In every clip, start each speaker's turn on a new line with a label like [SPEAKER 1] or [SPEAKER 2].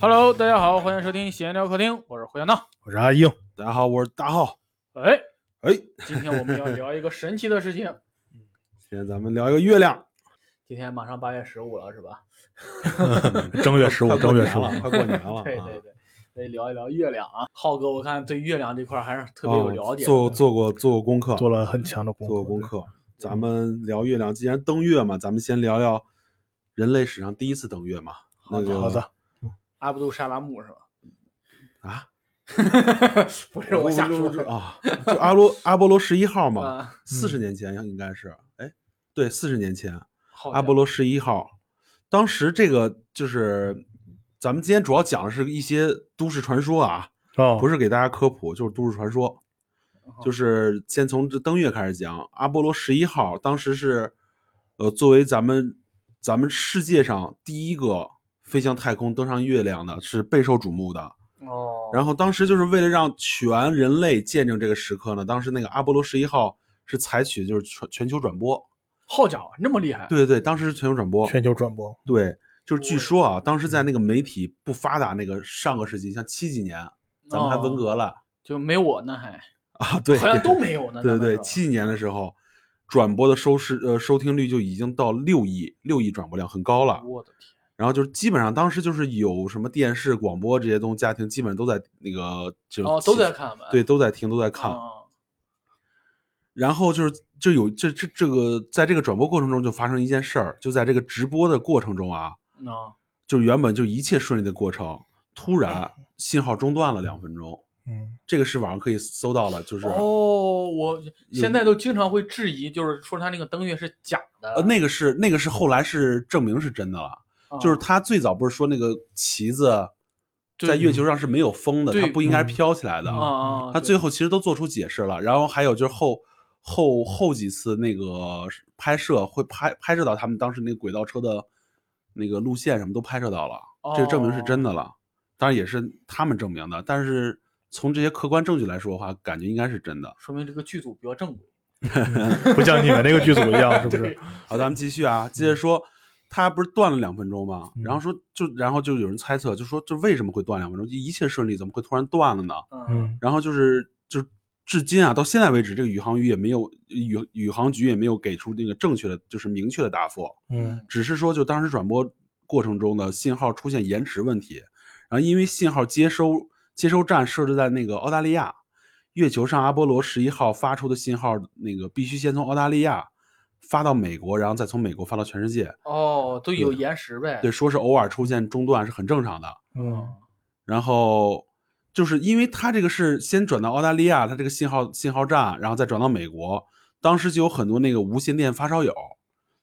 [SPEAKER 1] Hello，大家好，欢迎收听闲聊客厅，我是胡小闹。
[SPEAKER 2] 我是阿英，
[SPEAKER 3] 大家好，我是大浩。
[SPEAKER 1] 哎，
[SPEAKER 3] 哎，
[SPEAKER 1] 今天我们要聊一个神奇的事情。
[SPEAKER 3] 今天咱们聊一个月 亮，
[SPEAKER 1] 今天马上八月十五了，是吧？。
[SPEAKER 2] 正月十五，
[SPEAKER 3] 快
[SPEAKER 2] 正
[SPEAKER 3] 过
[SPEAKER 2] 月
[SPEAKER 3] 年
[SPEAKER 2] 十五，
[SPEAKER 3] 了，快过年了啊
[SPEAKER 1] 对对对，得聊一聊月亮啊。浩哥，我看对月亮这块儿还是特别有
[SPEAKER 3] 嗯
[SPEAKER 1] 了解的。
[SPEAKER 3] 做做过做过功课，
[SPEAKER 2] 哦做了很强的功
[SPEAKER 3] 做过功
[SPEAKER 2] 课。
[SPEAKER 3] 课。咱们聊月亮，既然登月嘛，咱们先聊聊人类史上第一次登月嘛。
[SPEAKER 1] 好
[SPEAKER 3] 那
[SPEAKER 1] 的
[SPEAKER 3] 个
[SPEAKER 2] 好的，
[SPEAKER 1] 阿布杜沙拉木是吧？
[SPEAKER 3] 啊，
[SPEAKER 1] 不是我瞎说的
[SPEAKER 3] 啊，就阿波阿波罗十一号
[SPEAKER 2] 嗯
[SPEAKER 3] 嘛，
[SPEAKER 1] 啊。
[SPEAKER 3] 四十年前应该是，哎，对，四十年前，
[SPEAKER 1] 好
[SPEAKER 3] 阿
[SPEAKER 1] 家
[SPEAKER 3] 波罗十一号，当时这个就是咱们今天主要讲的是一些都市传说啊，
[SPEAKER 2] 哦，
[SPEAKER 3] 不
[SPEAKER 2] 是，
[SPEAKER 3] 是给大家科普，就是都市传说，
[SPEAKER 1] 哦
[SPEAKER 3] 就是先从这登月开始讲。阿波罗十一号当时是，呃，作为咱们咱们世界上第一个飞向太空、登上月亮的，是备受瞩目的。
[SPEAKER 1] 伙哦，
[SPEAKER 3] 然后当时就是为了让全人类见证这个时刻呢，当时那个阿波罗十一号是采取就是全全球转播，
[SPEAKER 1] 好家伙，那么厉害！
[SPEAKER 3] 对对对，当时是全球转播，
[SPEAKER 2] 全球转播，
[SPEAKER 3] 对，就是据说啊，当时在
[SPEAKER 1] 嗯
[SPEAKER 3] 那个媒体不发达那个上个世纪，像七几年，咱们还文
[SPEAKER 1] 哦，
[SPEAKER 3] 革了、
[SPEAKER 1] 就没我呢，还
[SPEAKER 3] 啊，对，
[SPEAKER 1] 好像都没有呢。
[SPEAKER 3] 对
[SPEAKER 1] 咱们
[SPEAKER 3] 对
[SPEAKER 1] 是
[SPEAKER 3] 对，
[SPEAKER 1] 吧
[SPEAKER 3] 七几年的时候，转播的收视呃收听率就已经到六亿，六亿转播量很高了。
[SPEAKER 1] 我的天，
[SPEAKER 3] 然后就是基本上当时就是有什么电视、广播这些东西，家庭基本上都在那个这种
[SPEAKER 1] 哦，都
[SPEAKER 3] 起
[SPEAKER 1] 在看吧？
[SPEAKER 3] 对都在听都在看。
[SPEAKER 1] 哦
[SPEAKER 3] 然后就是就有这这这个在这个转播过程中就发生一件事儿，就在这个直播的过程中啊，
[SPEAKER 1] 哦
[SPEAKER 3] 就原本就一切顺利的过程，突 然信号中断了两分钟。
[SPEAKER 2] 嗯，
[SPEAKER 3] 这个是网上可以搜到了，就是
[SPEAKER 1] 哦，我现
[SPEAKER 3] 有
[SPEAKER 1] 在都经常会质疑，就是说他那个登月是假的。
[SPEAKER 3] 呃，那个是那个是后来是证明是真的了。
[SPEAKER 1] 啊
[SPEAKER 3] 就是他最早不是说那个旗子
[SPEAKER 1] 对
[SPEAKER 3] 在月球上是没有风的，
[SPEAKER 1] 对
[SPEAKER 3] 它不应该
[SPEAKER 2] 嗯
[SPEAKER 3] 飘起来的。
[SPEAKER 1] 啊啊，
[SPEAKER 3] 他
[SPEAKER 1] 对
[SPEAKER 3] 最后其实都做出解释了。然后还有就是后后后几次那个拍摄会拍拍摄到他们当时那个轨道车的那个路线什么都拍摄到了，这个证
[SPEAKER 1] 哦
[SPEAKER 3] 明是真的了。当然也是他们证明的，但是从这些客观证据来说的话，感觉应该是真的。
[SPEAKER 1] 说明这个剧组比较正规。
[SPEAKER 2] 不像你们那个剧组一样，是不是？
[SPEAKER 3] 好，咱们继续啊，接着说，他不是断了两分钟吗？然后说就，然后就有人猜测，就说这为什么会断两分钟？就一切顺利，怎么会突然断了呢？
[SPEAKER 1] 嗯，
[SPEAKER 2] 嗯，
[SPEAKER 3] 然后就是就至今啊，到现在为止，这个宇航局也没有宇宇航局也没有给出那个正确的就是明确的答复，
[SPEAKER 2] 嗯，
[SPEAKER 3] 只是说就当时转播过程中的信号出现延迟问题，然后因为信号接收接收站设置在那个澳大利亚，月球上阿波罗十一号发出的信号那个必须先从澳大利亚发到美国，然后再从美国发到全世界。
[SPEAKER 1] 哦，都有
[SPEAKER 3] 对
[SPEAKER 1] 延时呗。
[SPEAKER 3] 对，说是偶尔出现中断是很正常的。
[SPEAKER 2] 嗯，
[SPEAKER 3] 然后就是因为它这个是先转到澳大利亚，它这个信号信号站，然后再转到美国。当时就有很多那个无线电发烧友，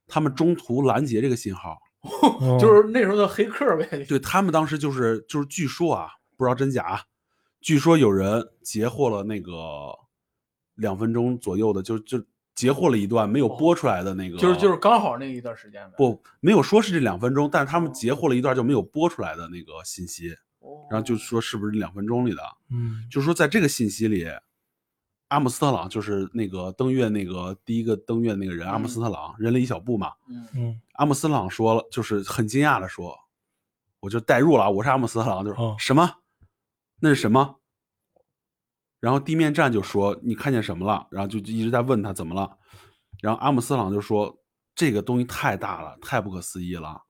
[SPEAKER 3] 他们中途拦截这个信号。
[SPEAKER 2] 嗯
[SPEAKER 1] 就是那时候的黑客呗。
[SPEAKER 3] 对他们当时就是就是据说啊，不知道真假啊，据说有人截获了那个两分钟左右的，就就截获了一段没有播出来的那 个，
[SPEAKER 1] 哦就是就是刚好那一段时间呗。
[SPEAKER 3] 不没有说是这两分钟，但是他们截获了一段就没有播出来的那个信息，
[SPEAKER 1] 哦，
[SPEAKER 3] 然后就说是不是两分钟里的，
[SPEAKER 2] 嗯，
[SPEAKER 3] 就是说在这个信息里，阿姆斯特朗就是那个登月那个第一个登月那个人，阿姆斯特朗，人类一小步嘛。
[SPEAKER 1] 嗯
[SPEAKER 2] 嗯，
[SPEAKER 3] 阿姆斯特朗说了，就是很惊讶的说，我就代入了啊，我是阿姆斯特朗，就是、
[SPEAKER 2] 哦
[SPEAKER 3] 什么？那是什么？然后地面站就说你看见什么了？然后就就一直在问他怎么了。然后阿姆斯特朗就说这个东西太大了，太不可思议了。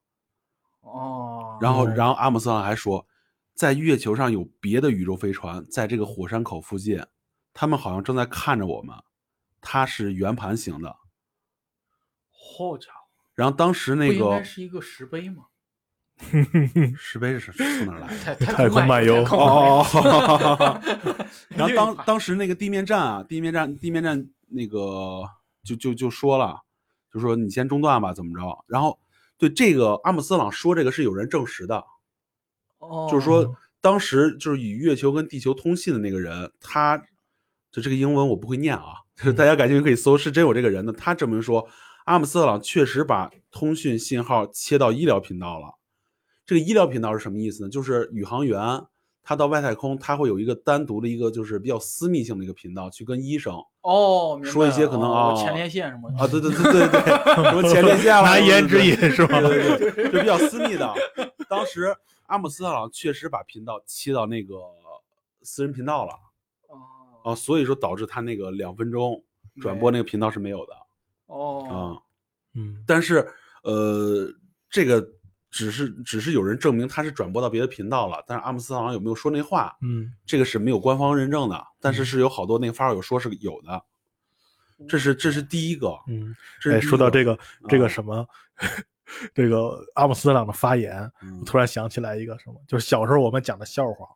[SPEAKER 1] 哦，
[SPEAKER 3] 然后，
[SPEAKER 2] 嗯
[SPEAKER 3] 然后阿姆斯特朗还说，在月球上有别的宇宙飞船，在这个火山口附近，他们好像正在看着我们，它是圆盘形的。
[SPEAKER 1] 好家伙，
[SPEAKER 3] 然后当时
[SPEAKER 1] 不
[SPEAKER 3] 那
[SPEAKER 1] 应该
[SPEAKER 3] 个
[SPEAKER 1] 是一个石碑吗？
[SPEAKER 3] 石碑是从哪儿来的？
[SPEAKER 1] 太
[SPEAKER 2] 太空漫游
[SPEAKER 1] 太空漫游
[SPEAKER 3] 哦哦， 然后当
[SPEAKER 1] 这个
[SPEAKER 3] 当时那个地面站啊，地面站地面站那个就就就说了，就说你先中断吧，怎么着？然后对这个阿姆斯特朗说这个是有人证实的，
[SPEAKER 1] 哦，
[SPEAKER 3] 就是说当时就是与月球跟地球通信的那个人，他就这个英文我不会念啊，就是大家感兴趣可以搜，是真有这个人的。他证明说，阿姆斯特朗确实把通讯信号切到医疗频道了。这个医疗频道是什么意思呢？就是宇航员他到外太空，他会有一个单独的一个就是比较私密性的一个频道，去跟医生
[SPEAKER 1] 哦，明白
[SPEAKER 3] 说一些
[SPEAKER 1] 了
[SPEAKER 3] 可能
[SPEAKER 1] 哦
[SPEAKER 3] 啊
[SPEAKER 1] 前列腺什么
[SPEAKER 3] 啊，对对对对 对，什么前列腺了，
[SPEAKER 2] 难言之隐是吧？
[SPEAKER 3] 对对对，就比较私密的。当时阿姆斯特朗确实把频道切到那个私人频道了
[SPEAKER 1] 哦
[SPEAKER 3] 啊，所以说导致他那个两分钟转播那个频道是没有的
[SPEAKER 1] 哦，
[SPEAKER 3] 啊。
[SPEAKER 2] 嗯，
[SPEAKER 3] 但是呃，这个只是只是有人证明他是转播到别的频道了，但是阿姆斯特朗有没有说那话，
[SPEAKER 2] 嗯，
[SPEAKER 3] 这个是没有官方认证的，但是
[SPEAKER 2] 嗯
[SPEAKER 3] 是有好多那个发烧友说是有的，这是这是第一个，
[SPEAKER 2] 嗯，
[SPEAKER 3] 这是
[SPEAKER 2] 哎，
[SPEAKER 3] 第一
[SPEAKER 2] 说到这个这
[SPEAKER 3] 啊
[SPEAKER 2] 个什么， 这个阿姆斯特朗的发言，
[SPEAKER 3] 嗯
[SPEAKER 2] 我突然想起来一个什么，就是小时候我们讲的笑话，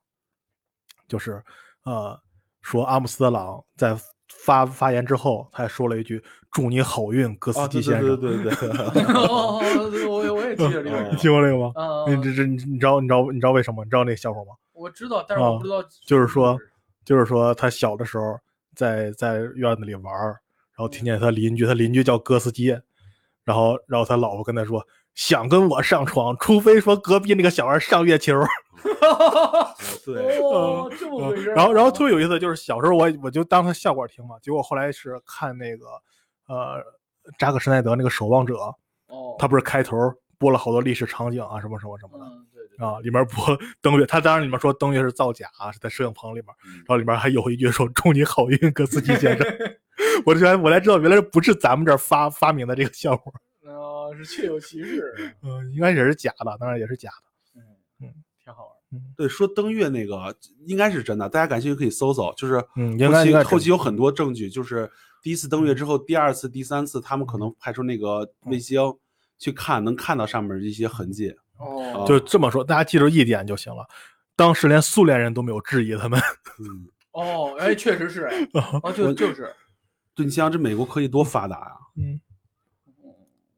[SPEAKER 2] 就是呃，说阿姆斯特朗在发发言之后，他还说了一句“祝你好运，格斯
[SPEAKER 3] 啊，
[SPEAKER 2] 基
[SPEAKER 3] 对
[SPEAKER 2] 先生”，
[SPEAKER 3] 对对对对对，
[SPEAKER 1] 哦， 我也我也记得这个
[SPEAKER 2] 你
[SPEAKER 1] 人，
[SPEAKER 2] 听过这个吗？
[SPEAKER 1] 啊，
[SPEAKER 2] 嗯你这这你你知道你知道你知道为什么？你知道那个笑话吗？
[SPEAKER 1] 我知道，但是我不知道，
[SPEAKER 2] 嗯就是说，就是说他小的时候在在院子里玩儿，然后听见他邻居，他邻居叫哥斯基，然后然后他老婆跟他说想跟我上床，除非说隔壁那个小孩上月球。
[SPEAKER 3] 对，
[SPEAKER 1] 哦，这么回事儿。
[SPEAKER 2] 嗯然后然后特别有意思，就是小时候我我就当他笑话听嘛，结果后来是看那个呃扎克施耐德那个《守望者》，
[SPEAKER 1] 哦，
[SPEAKER 2] 他不是开头播了好多历史场景啊，什么什么什么的。
[SPEAKER 1] 嗯，对对，
[SPEAKER 2] 啊，里面播登月，他当然里面说登月是造假、啊，是在摄影棚里面，然后里面还有一句说“祝你好运，格斯基先生”，我这才我才知道原来不是咱们这儿发发明的这个笑话，
[SPEAKER 1] 啊，是确有其事，
[SPEAKER 2] 嗯、应该也是假的，当然也是假的。
[SPEAKER 1] 嗯挺好玩。
[SPEAKER 3] 对，说登月那个应该是真的，大家感兴趣可以搜搜。就是
[SPEAKER 2] 嗯
[SPEAKER 3] 后
[SPEAKER 2] 应该
[SPEAKER 3] 期
[SPEAKER 2] 应该
[SPEAKER 3] 后
[SPEAKER 2] 真嗯
[SPEAKER 3] 期有很多证据，就是第一次登月之后，第二次、第三次，他们可能派出那个卫星去看，能看到上面一些痕迹。
[SPEAKER 1] 哦，
[SPEAKER 2] 就这么说，大家记住一点就行了。当时连苏联人都没有质疑他们，
[SPEAKER 3] 嗯，
[SPEAKER 1] 哦，哎，确实是， 哎，哦，就就是，
[SPEAKER 3] 对你想想，这美国科技多发达呀、
[SPEAKER 2] 嗯，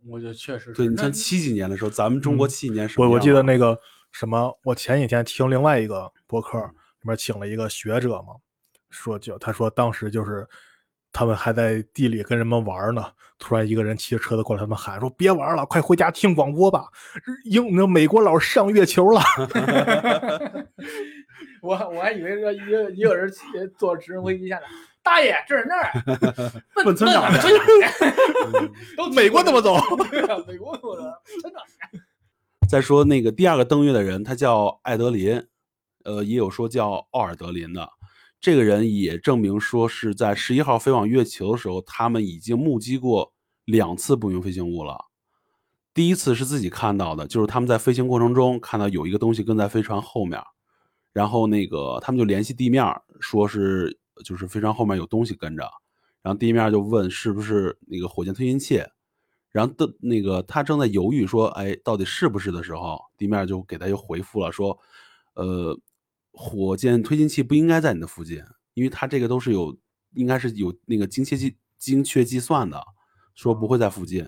[SPEAKER 1] 我觉得确实是。
[SPEAKER 3] 对你
[SPEAKER 1] 那
[SPEAKER 3] 像七几年的时候，咱们中国七几年什么
[SPEAKER 2] 嗯我
[SPEAKER 3] 样啊、
[SPEAKER 2] 我记得那个什么，我前几天听另外一个博客里面请了一个学者嘛，说就他说当时就是他们还在地里跟人们玩儿呢，突然一个人骑着车子过来，他们喊说别玩了，快回家听广播吧，英那美国佬上月球了。
[SPEAKER 1] 我我还以为说一个一个人坐直升飞机下来，大爷这是那儿，
[SPEAKER 3] 问村长
[SPEAKER 1] 问村长 去，都
[SPEAKER 2] 美国怎么走？
[SPEAKER 1] 对啊，美国怎么走？村长去，
[SPEAKER 3] 再说那个第二个登月的人，他叫艾德林，呃，也有说叫奥尔德林的。这个人也证明说是在十一号飞往月球的时候，他们已经目击过两次不明飞行物了。第一次是自己看到的，就是他们在飞行过程中看到有一个东西跟在飞船后面儿，然后那个他们就联系地面儿，说是就是飞船后面有东西跟着，然后地面儿就问是不是那个火箭推进器，然后的那个他正在犹豫说，哎，到底是不是的时候，地面就给他又回复了说，呃，火箭推进器不应该在你的附近，因为它这个都是有应该是有那个精确计精确计算的，说不会在附近。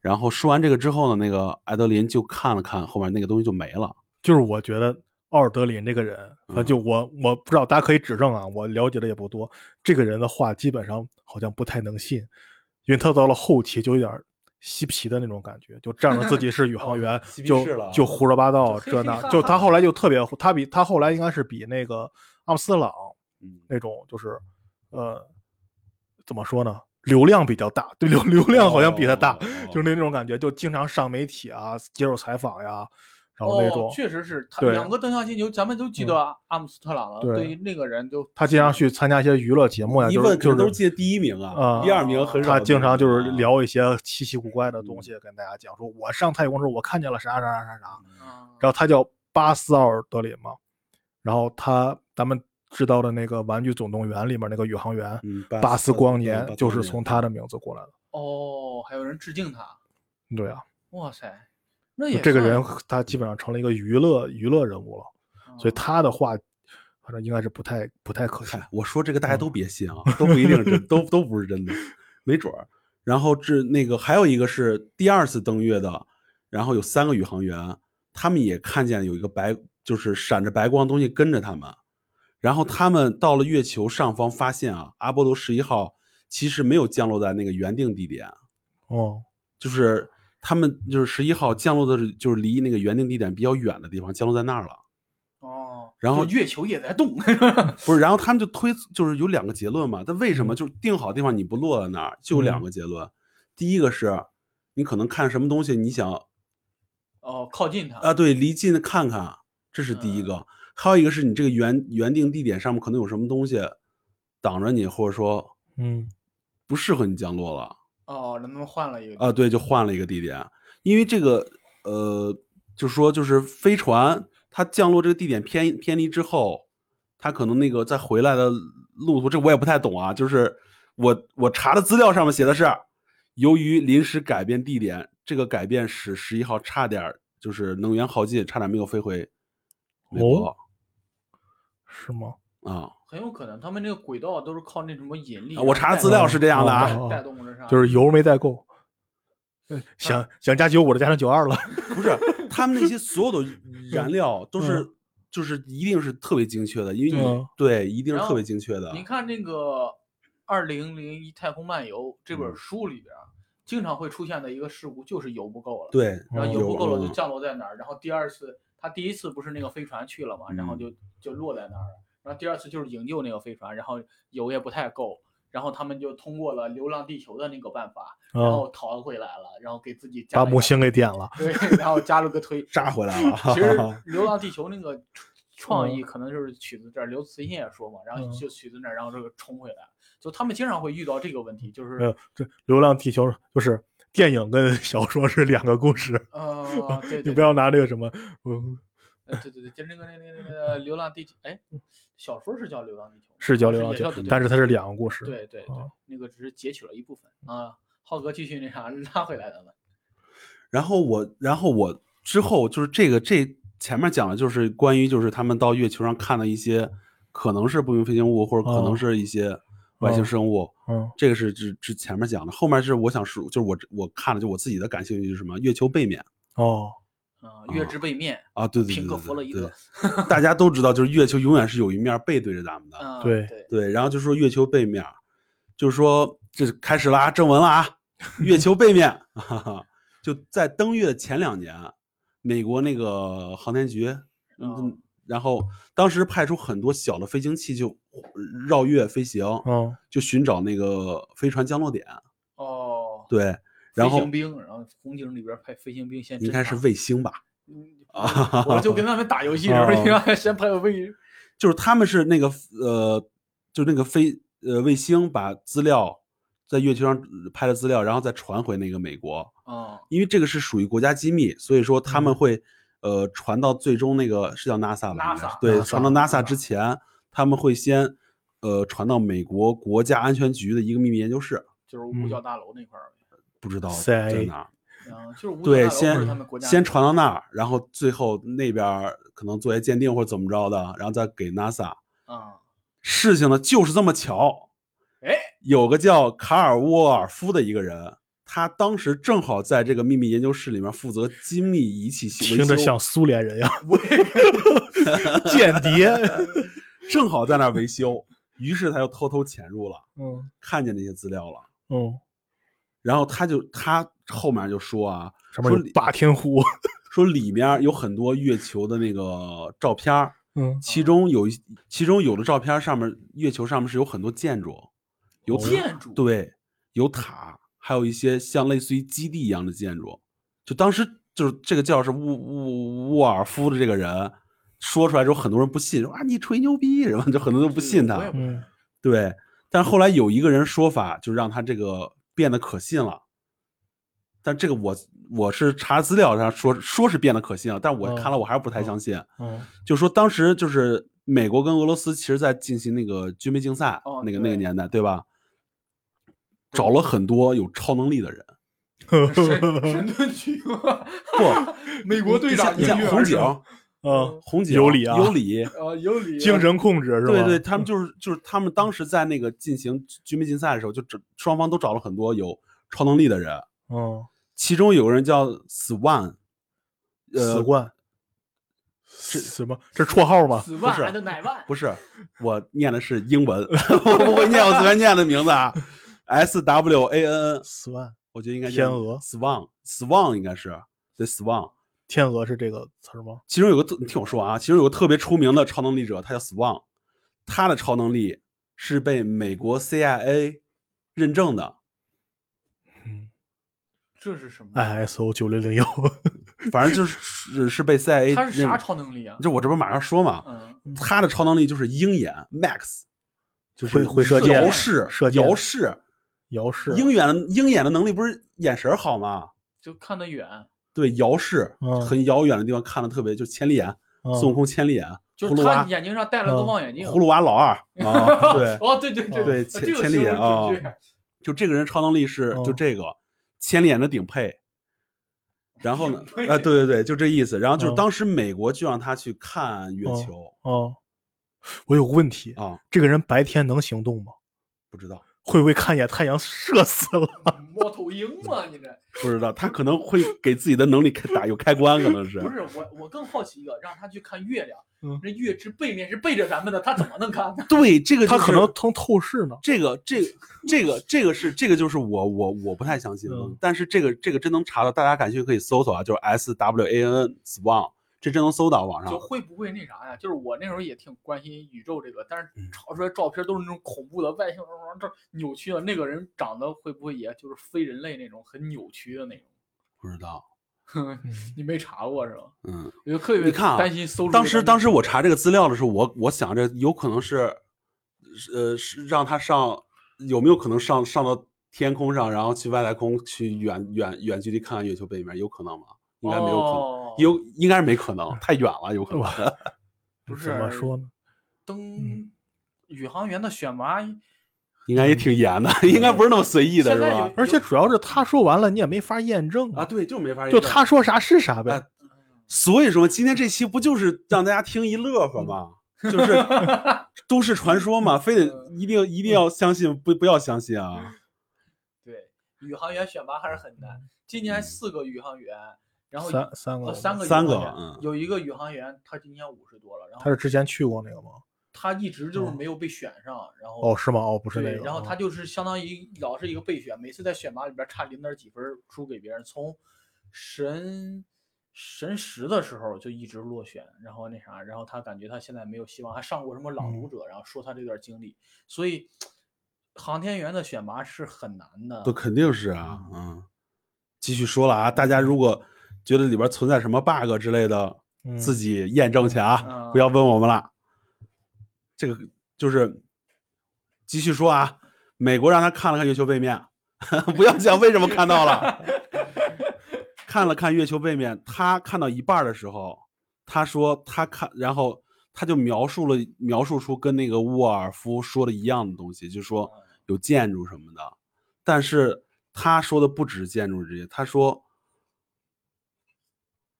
[SPEAKER 3] 然后说完这个之后呢，那个艾德林就看了看后面那个东西就没了。
[SPEAKER 2] 就是我觉得奥尔德林这个人，他
[SPEAKER 3] 嗯
[SPEAKER 2] 就我我不知道，大家可以指正啊，我了解的也不多。这个人的话基本上好像不太能信，因为他到了后期就有点儿嬉皮的那种感觉，就仗着自己是宇
[SPEAKER 3] 哦
[SPEAKER 2] 航员
[SPEAKER 3] 嬉皮
[SPEAKER 2] 就
[SPEAKER 3] 士了
[SPEAKER 2] 就胡说八道
[SPEAKER 1] 就
[SPEAKER 2] 这
[SPEAKER 1] 嘿嘿
[SPEAKER 2] 那
[SPEAKER 1] 哈，
[SPEAKER 2] 就
[SPEAKER 1] 哈
[SPEAKER 2] 他后来就特别，他比他后来应该是比那个阿姆斯特朗
[SPEAKER 3] 嗯，
[SPEAKER 2] 那种就是呃怎么说呢，流量比较大，对流流量好像比他
[SPEAKER 3] 哦
[SPEAKER 2] 大，就是那种感觉，就经常上媒体啊，接受采访呀，然后那种、
[SPEAKER 1] 哦，确实是他
[SPEAKER 2] 对嗯
[SPEAKER 1] 两个登上星球，咱们都记得啊阿姆斯特朗了。
[SPEAKER 2] 对
[SPEAKER 1] 对于那个人就
[SPEAKER 2] 他经常去参加嗯一些娱乐节目呀，
[SPEAKER 3] 一
[SPEAKER 2] 就是
[SPEAKER 3] 问可
[SPEAKER 2] 就
[SPEAKER 3] 能都
[SPEAKER 2] 是
[SPEAKER 3] 是记得第一名啊，
[SPEAKER 2] 啊
[SPEAKER 3] 第二名很少。
[SPEAKER 2] 他经常就是，聊一些稀奇古怪的东西，跟大家讲说，我上太空时候我看见了啥啥啥啥啥。
[SPEAKER 1] 啊
[SPEAKER 2] 然后他叫巴斯奥尔德林嘛，然后他咱们知道的那个《玩具总动员》里面那个宇航员
[SPEAKER 3] 嗯，
[SPEAKER 2] 巴斯光
[SPEAKER 3] 年
[SPEAKER 2] 年就是从他的名字过来的。
[SPEAKER 1] 哦，还有人致敬他，
[SPEAKER 2] 对啊，
[SPEAKER 1] 哇塞，那也
[SPEAKER 2] 这个
[SPEAKER 1] 算
[SPEAKER 2] 人，他基本上成了一个娱乐娱乐人物了，所
[SPEAKER 1] 嗯
[SPEAKER 2] 以他的话，反正应该是不太不太可信。
[SPEAKER 3] 嗨，我说这个
[SPEAKER 2] 嗯
[SPEAKER 3] 大家都别信啊，都不一 定是真，都都不是真的，没准儿。然后这那个还有一个是第二次登月的，然后有三个宇航员，他们也看见有一个白，就是闪着白光的东西跟着他们。然后他们到了月球上方，发现啊，阿波罗十一号其实没有降落在那个原定地点，
[SPEAKER 2] 哦，
[SPEAKER 3] 就是他们就是十一号降落的是，就是离那个原定地点比较远的地方降落在那儿了。
[SPEAKER 1] 哦，
[SPEAKER 3] 然后
[SPEAKER 1] 就月球也在动，
[SPEAKER 3] 不是，然后他们就推，就是有两个结论嘛。但为什么就是定好地方你不落在那儿，就有两
[SPEAKER 2] 嗯
[SPEAKER 3] 个结论。第一个是，你可能看什么东西，你想
[SPEAKER 1] 哦，靠近他，
[SPEAKER 3] 呃啊，对，离近看看，这是第一个。还有一个是你这个原原定地点上面可能有什么东西挡着你，或者说
[SPEAKER 2] 嗯
[SPEAKER 3] 不适合你降落了。
[SPEAKER 1] 哦，让他们换了一个
[SPEAKER 3] 啊，对，就换了一个地点，因为这个呃，就是说就是飞船它降落这个地点偏偏离之后，它可能那个在回来的路途，这我也不太懂啊，就是我我查的资料上面写的是，由于临时改变地点，这个改变使十一号差点儿就是能源耗尽，差点没有飞回美国
[SPEAKER 2] 哦是吗？
[SPEAKER 3] 啊、
[SPEAKER 1] 很有可能他们这个轨道都是靠那什么引力
[SPEAKER 3] 啊
[SPEAKER 1] 啊。
[SPEAKER 3] 我查的资料是这样的啊，
[SPEAKER 2] 哦
[SPEAKER 1] 带动着啥？
[SPEAKER 2] 就是油没带够，
[SPEAKER 1] 嗯
[SPEAKER 2] 呃
[SPEAKER 1] 啊
[SPEAKER 2] 想想加九五的加成九二了，
[SPEAKER 3] 不是他们那些所有的燃料都是。就是一定是特别精确的，因为你
[SPEAKER 2] 嗯
[SPEAKER 3] 对一定是
[SPEAKER 1] 然
[SPEAKER 3] 特
[SPEAKER 1] 后
[SPEAKER 3] 别精确的。
[SPEAKER 1] 您看这个《二零零一太空漫游》这本
[SPEAKER 3] 嗯
[SPEAKER 1] 书里边儿，经常会出现的一个事故就是油不够了。，
[SPEAKER 3] 对，
[SPEAKER 1] 然后
[SPEAKER 2] 嗯
[SPEAKER 1] 油不够了就
[SPEAKER 3] 嗯
[SPEAKER 1] 降落在哪儿，然后第二次他第一次不是那个飞船去了嘛，然后
[SPEAKER 3] 嗯
[SPEAKER 1] 就就落在那儿了。然后第二次就是营救那个飞船，然后油也不太够，然后他们就通过了流浪地球的那个办法，然
[SPEAKER 2] 嗯，
[SPEAKER 1] 后逃回来了，然后给自己加
[SPEAKER 2] 把
[SPEAKER 1] 了一
[SPEAKER 2] 木
[SPEAKER 1] 个
[SPEAKER 2] 星给点了，
[SPEAKER 1] 对，然后加了个 推
[SPEAKER 3] 炸回来了
[SPEAKER 1] 其实《流浪地球》那个创意可能就是取自这儿，刘慈欣也说嘛，然后
[SPEAKER 2] 嗯
[SPEAKER 1] 就取自那儿，然后这个冲回来。就他们经常会遇到这个问题，就
[SPEAKER 2] 没
[SPEAKER 1] 是
[SPEAKER 2] 有，这《流浪地球》就是电影跟小说是两个故事，
[SPEAKER 1] 呃，对对，
[SPEAKER 2] 你不要拿这个什么，嗯，
[SPEAKER 1] 呃，对对对，就那个那个那个那个《流浪地球》，哎，小说是叫《流浪地球》吗，啊
[SPEAKER 2] 是叫《流
[SPEAKER 1] 也
[SPEAKER 2] 浪地球
[SPEAKER 1] 叫对》，
[SPEAKER 2] 但是它是两个故事。
[SPEAKER 1] 对对对
[SPEAKER 2] 啊，
[SPEAKER 1] 那个只是截取了一部分啊。浩哥继续那啥拉回来咱们，
[SPEAKER 3] 然后我，然后我之后就是这个这前面讲的就是关于就是他们到月球上看的一些可能是不明飞行物，或者可能
[SPEAKER 2] 哦
[SPEAKER 3] 是一些外星
[SPEAKER 2] 哦
[SPEAKER 3] 生物。
[SPEAKER 2] 嗯
[SPEAKER 3] 这个是之之前面讲的，后面是我想说，就是我我看了就我自己的感兴趣就是什么月球背面
[SPEAKER 2] 哦，
[SPEAKER 1] 啊，月之背面，
[SPEAKER 3] 啊，对对对
[SPEAKER 1] 平克·
[SPEAKER 3] 对
[SPEAKER 1] 弗洛伊
[SPEAKER 3] 对
[SPEAKER 1] 德，
[SPEAKER 3] 对大家都知道就是月球永远是有一面背对着咱们的，
[SPEAKER 1] 啊，
[SPEAKER 2] 对
[SPEAKER 1] 对，
[SPEAKER 3] 对，然后就说月球背面，就是说这是开始啦，正文了啊，月球背面， 哈哈，就在登月前两年，美国那个航天局，
[SPEAKER 1] 哦
[SPEAKER 3] 嗯，然后当时派出很多小的飞行器就绕月飞行，
[SPEAKER 2] 嗯，
[SPEAKER 3] 就寻找那个飞船降落点，
[SPEAKER 1] 哦，
[SPEAKER 3] 对，然
[SPEAKER 1] 飞
[SPEAKER 3] 后
[SPEAKER 1] 行兵，然后红警里边派飞行兵先
[SPEAKER 3] 应该
[SPEAKER 1] 侦
[SPEAKER 3] 是
[SPEAKER 1] 察
[SPEAKER 3] 卫星吧，
[SPEAKER 1] 嗯
[SPEAKER 3] 啊
[SPEAKER 1] 我就跟他们打游戏的时候，
[SPEAKER 3] 哦
[SPEAKER 1] 你让先拍个卫，
[SPEAKER 3] 就是他们是那个呃，就那个飞呃卫星把资料在月球上呃拍的资料，然后再传回那个美国。
[SPEAKER 1] 啊
[SPEAKER 3] 因为这个是属于国家机密，所以说他
[SPEAKER 1] 嗯
[SPEAKER 3] 们会、呃传到最终那个是叫 NASA 吧应该是
[SPEAKER 1] NASA
[SPEAKER 3] 对，
[SPEAKER 2] NASA
[SPEAKER 3] 传到 NASA 之前，他们会先呃传到美国国家安全局的一个秘密研究室，
[SPEAKER 1] 就是五角
[SPEAKER 2] 嗯
[SPEAKER 1] 大楼那块儿，
[SPEAKER 3] 不知道
[SPEAKER 2] CIA
[SPEAKER 3] 在哪儿。
[SPEAKER 1] 嗯，就是五角大
[SPEAKER 3] 对，
[SPEAKER 1] 楼或者
[SPEAKER 3] 先
[SPEAKER 1] 他们国家
[SPEAKER 3] 先传到那儿，然后最后那边儿可能作为鉴定或者怎么着的，然后再给 NASA。
[SPEAKER 1] 啊，
[SPEAKER 3] 事情呢就是这么巧，
[SPEAKER 1] 哎，
[SPEAKER 3] 有个叫卡尔沃尔夫的一个人。他当时正好在这个秘密研究室里面负责精密仪器维
[SPEAKER 2] 听着
[SPEAKER 3] 修
[SPEAKER 2] 像苏联人呀， 间 谍。
[SPEAKER 3] 正好在那儿维修，于是他就偷偷潜入了，
[SPEAKER 2] 嗯
[SPEAKER 3] 看见那些资料了，
[SPEAKER 2] 嗯，
[SPEAKER 3] 然后他就他后面就说啊，
[SPEAKER 2] 上面有
[SPEAKER 3] 说里
[SPEAKER 2] 霸天虎。
[SPEAKER 3] 说里面有很多月球的那个照片儿，
[SPEAKER 2] 嗯
[SPEAKER 3] 其中有一其中有的照片上面月球上面是有很多建筑，有塔
[SPEAKER 1] 建筑
[SPEAKER 3] 对，有塔，还有一些像类似于基地一样的建筑。就当时就是这个叫是沃沃沃尔夫的这个人说出来之后，很多人不信，说啊你吹牛逼什么，就很多人都不
[SPEAKER 1] 是
[SPEAKER 3] 信他。
[SPEAKER 1] 我也不
[SPEAKER 2] 嗯
[SPEAKER 3] 对，但是后来有一个人说法，就让他这个变得可信了。但这个我我是查资料上说说是变得可信了，但我
[SPEAKER 2] 嗯
[SPEAKER 3] 看了我还是不太相信。
[SPEAKER 2] 嗯
[SPEAKER 3] 就说当时就是美国跟俄罗斯其实在进行那个军备竞赛，
[SPEAKER 1] 哦
[SPEAKER 3] 那个那
[SPEAKER 1] 对
[SPEAKER 3] 个
[SPEAKER 1] 嗯
[SPEAKER 3] 年代对吧？找了很多有超能力的人，
[SPEAKER 2] 哦
[SPEAKER 1] 神神盾局嘛，
[SPEAKER 3] 不
[SPEAKER 1] 美国队长
[SPEAKER 3] 你像
[SPEAKER 1] 音乐
[SPEAKER 3] 红
[SPEAKER 1] 是
[SPEAKER 3] 警，
[SPEAKER 1] 吧
[SPEAKER 2] 嗯，
[SPEAKER 3] 红警
[SPEAKER 2] 有理啊
[SPEAKER 3] 有理，
[SPEAKER 1] 啊，有理啊
[SPEAKER 2] 精神控制是吧？
[SPEAKER 3] 对对，他们就是就是他们当时在那个进行军备竞赛的时候，就只双方都找了很多有超能力的人，
[SPEAKER 2] 嗯，
[SPEAKER 3] 其中有个人叫 Swan，
[SPEAKER 2] 死
[SPEAKER 3] 呃，
[SPEAKER 2] 冠，是什么？这绰号吗？
[SPEAKER 1] 死万
[SPEAKER 3] 是
[SPEAKER 1] 还得奶万，
[SPEAKER 3] 不是，我念的是英文， 我不会念我随便念的名字啊，S W A N N，
[SPEAKER 2] 死万，
[SPEAKER 3] 我觉得应该
[SPEAKER 2] 天鹅
[SPEAKER 3] ，Swan，Swan 应该是对 Swan。
[SPEAKER 2] 天鹅是这个词儿吗？
[SPEAKER 3] 其中有个特，你听我说啊，其中有个特别出名的超能力者，他叫 Swan，他的超能力是被美国 CIA 认证的，
[SPEAKER 1] 这是什么？嗯
[SPEAKER 3] 哎
[SPEAKER 2] ISO 九零零幺，
[SPEAKER 3] 反正就是是是被 CIA
[SPEAKER 1] 他是啥
[SPEAKER 3] 认
[SPEAKER 1] 超能力啊？
[SPEAKER 3] 哎就我这不是马上说嘛，
[SPEAKER 1] 嗯，
[SPEAKER 3] 他的超能力就是鹰眼 Max，就是
[SPEAKER 2] 会会射
[SPEAKER 1] 箭
[SPEAKER 3] 遥视
[SPEAKER 2] 射箭啊
[SPEAKER 3] 遥视。
[SPEAKER 2] 姚氏，
[SPEAKER 3] 鹰眼的鹰眼的能力不是眼神儿好吗？
[SPEAKER 1] 就看得远，
[SPEAKER 3] 对，遥视、
[SPEAKER 2] 嗯
[SPEAKER 3] 很遥远的地方看的特别，就千里眼，
[SPEAKER 2] 嗯
[SPEAKER 3] 孙悟空千里眼，
[SPEAKER 1] 就是
[SPEAKER 3] 葫芦
[SPEAKER 1] 他
[SPEAKER 3] 娃，
[SPEAKER 1] 眼睛上戴了个
[SPEAKER 2] 嗯
[SPEAKER 1] 望远镜。
[SPEAKER 3] 葫芦娃老二啊， 对，
[SPEAKER 1] 哦，对对对
[SPEAKER 3] 对
[SPEAKER 1] 啊
[SPEAKER 3] 千
[SPEAKER 1] 这个
[SPEAKER 3] 千里
[SPEAKER 1] 形容
[SPEAKER 3] 眼啊
[SPEAKER 1] 准 确
[SPEAKER 3] 就这个人超能力是就
[SPEAKER 2] 嗯
[SPEAKER 3] 这个千里眼的顶配。然后呢
[SPEAKER 1] 顶？配
[SPEAKER 3] 啊，对对对，就这意思。然后就是
[SPEAKER 2] 嗯
[SPEAKER 3] 当时美国就让他去看月球
[SPEAKER 2] 哦，我有个问题，
[SPEAKER 3] 啊，
[SPEAKER 2] 这个人白天能行动吗？
[SPEAKER 3] 不知道，
[SPEAKER 2] 会不会看一眼太阳射死了？
[SPEAKER 1] 嗯猫头鹰嘛，你这
[SPEAKER 3] 不知道，他可能会给自己的能力开打有开关，可能是
[SPEAKER 1] 不是我，我更好奇一个，让他去看月亮
[SPEAKER 2] 嗯，
[SPEAKER 1] 那月之背面是背着咱们的，他怎么能看呢？
[SPEAKER 3] 对这个就
[SPEAKER 2] 他
[SPEAKER 3] 是
[SPEAKER 2] 可能通透视呢。
[SPEAKER 3] 这个这个这个这个是这个就是我我我不太相信的东西
[SPEAKER 2] 嗯，
[SPEAKER 3] 但是这个这个真能查到，大家感兴趣可以搜索啊，就是 S W A N N Swan，这真能搜到网
[SPEAKER 1] 就
[SPEAKER 3] 上。
[SPEAKER 1] 会不会那啥呀？就是我那时候也挺关心宇宙这个，但是
[SPEAKER 3] 嗯
[SPEAKER 1] 炒出来照片都是那种恐怖的外星人，这扭曲的那个人长得会不会也就是非人类那种很扭曲的那种？
[SPEAKER 3] 不知道，
[SPEAKER 1] 你没查过是吧？
[SPEAKER 3] 嗯，
[SPEAKER 1] 我就特别
[SPEAKER 3] 你看啊
[SPEAKER 1] 担心搜出
[SPEAKER 3] 当
[SPEAKER 1] 这
[SPEAKER 3] 时
[SPEAKER 1] 个
[SPEAKER 3] 当时我查这个资料的时候，我我想着有可能是，呃，是让他上有没有可能上上到天空上，然后去外太空去远远远距离看看月球背面，有可能吗？应该没有可能，
[SPEAKER 1] 哦、
[SPEAKER 3] 有应该是没可能，太远了，有可能。
[SPEAKER 1] 不是
[SPEAKER 2] 怎么说呢？
[SPEAKER 1] 登
[SPEAKER 3] 嗯
[SPEAKER 1] 宇航员的选拔，
[SPEAKER 3] 应该也挺严的， 应该不是那么随意的，
[SPEAKER 1] 现
[SPEAKER 3] 是
[SPEAKER 1] 在
[SPEAKER 3] 吧
[SPEAKER 1] 有？
[SPEAKER 2] 而且主要是他说完了，你也没法验证
[SPEAKER 3] 啊，，对，就没法儿
[SPEAKER 2] 就
[SPEAKER 3] 验证
[SPEAKER 2] 他。说啥是
[SPEAKER 1] 啊
[SPEAKER 2] 啥呗
[SPEAKER 3] 哎。所以说，今天这期不就是让大家听一乐呵 吗？就是都市传说嘛，非得一定一定要相信，不不要相信啊！
[SPEAKER 1] 对宇航员选拔还是很
[SPEAKER 3] 嗯
[SPEAKER 1] 难。今年四个宇航员，然后
[SPEAKER 2] 三三个
[SPEAKER 1] 呃，三个宇航
[SPEAKER 3] 三个
[SPEAKER 1] 员
[SPEAKER 3] 嗯
[SPEAKER 1] 有一个宇航员，他今年五十多了，然
[SPEAKER 2] 他
[SPEAKER 1] 后
[SPEAKER 2] 是之前去过那个吗？
[SPEAKER 1] 他一直就是
[SPEAKER 2] 嗯
[SPEAKER 1] 没有被选上，然后
[SPEAKER 2] 哦，是吗？哦，不是那
[SPEAKER 1] 对，
[SPEAKER 2] 个。
[SPEAKER 1] 然后
[SPEAKER 2] 哦
[SPEAKER 1] 他就是相当于老是一个备选，每次在选拔里边差零点几分输给别人。从神神石的时候就一直落选，然后那啥，然后他感觉他现在没有希望，还上过什么《朗读者》然后说他这段经历，所以航天员的选拔是很难的。
[SPEAKER 3] 都肯定是啊，嗯。继续说了啊，大家如果觉得里边存在什么 bug 之类的，
[SPEAKER 2] 嗯
[SPEAKER 3] 自己验证去啊，
[SPEAKER 1] 嗯
[SPEAKER 3] 不要问我们了。这个就是继续说啊，美国让他看了看月球背面， 不要讲为什么看到了，看了看月球背面，他看到一半儿的时候，他说他看，然后他就描述了描述出跟那个沃尔夫说的一样的东西，就说有建筑什么的，但是他说的不止建筑这些，他说。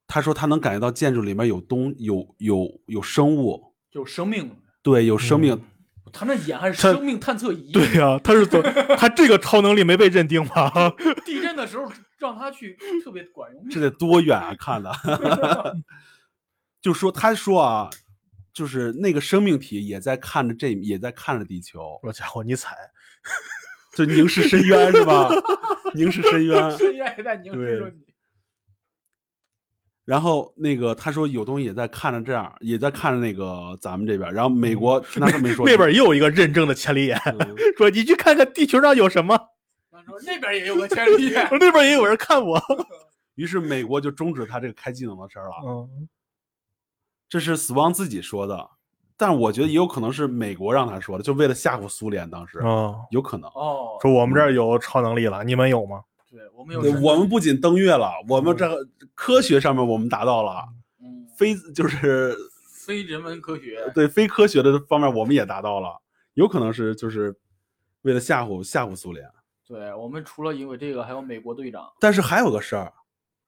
[SPEAKER 3] 他说他能感觉到建筑里面有东有有有生物，
[SPEAKER 1] 有生命，
[SPEAKER 3] 对，有生
[SPEAKER 2] 嗯
[SPEAKER 3] 命。
[SPEAKER 1] 他那眼还是
[SPEAKER 2] 他
[SPEAKER 1] 生命探测仪。
[SPEAKER 2] 对呀、他是怎？他这个超能力没被认定吗？
[SPEAKER 1] 地震的时候让他去，特别管用。
[SPEAKER 3] 这得多远啊！看的， 就说他说啊，就是那个生命体也在看着这，也在看着地球，
[SPEAKER 2] 我家伙，你踩！
[SPEAKER 3] 就凝视深渊是吧？ 凝视深渊。
[SPEAKER 1] 深渊也在凝视着
[SPEAKER 3] 对
[SPEAKER 1] 你。
[SPEAKER 3] 然后那个他说有东西也在看着这样，也在看着那个咱们这边。然后美国那他没说
[SPEAKER 2] 嗯那边也有一个认证的千里眼，
[SPEAKER 3] 嗯
[SPEAKER 2] 说你去看看地球上有什么。
[SPEAKER 1] 他说那边也有个 千里眼。
[SPEAKER 2] 我那边也有人看我。
[SPEAKER 3] 于是美国就终止他这个开技能的事儿了。
[SPEAKER 2] 嗯，
[SPEAKER 3] 这是死亡自己说的，但我觉得也有可能是美国让他说的，就为了吓唬苏联。当时、
[SPEAKER 2] 哦，
[SPEAKER 3] 有可能，
[SPEAKER 1] 哦，
[SPEAKER 2] 说我们这儿有超能力了，你们有吗？
[SPEAKER 1] 对，我们有
[SPEAKER 3] 对
[SPEAKER 1] 神
[SPEAKER 3] 我
[SPEAKER 1] 盾
[SPEAKER 3] 们不仅登月了，我们这个科学上面我们达到了，
[SPEAKER 1] 嗯
[SPEAKER 3] 非就是
[SPEAKER 1] 非人文科学，
[SPEAKER 3] 对非科学的方面我们也达到了，有可能是就是为了吓唬吓唬苏联。
[SPEAKER 1] 对我们除了因为这个，还有美国队长，
[SPEAKER 3] 但是还有个事儿，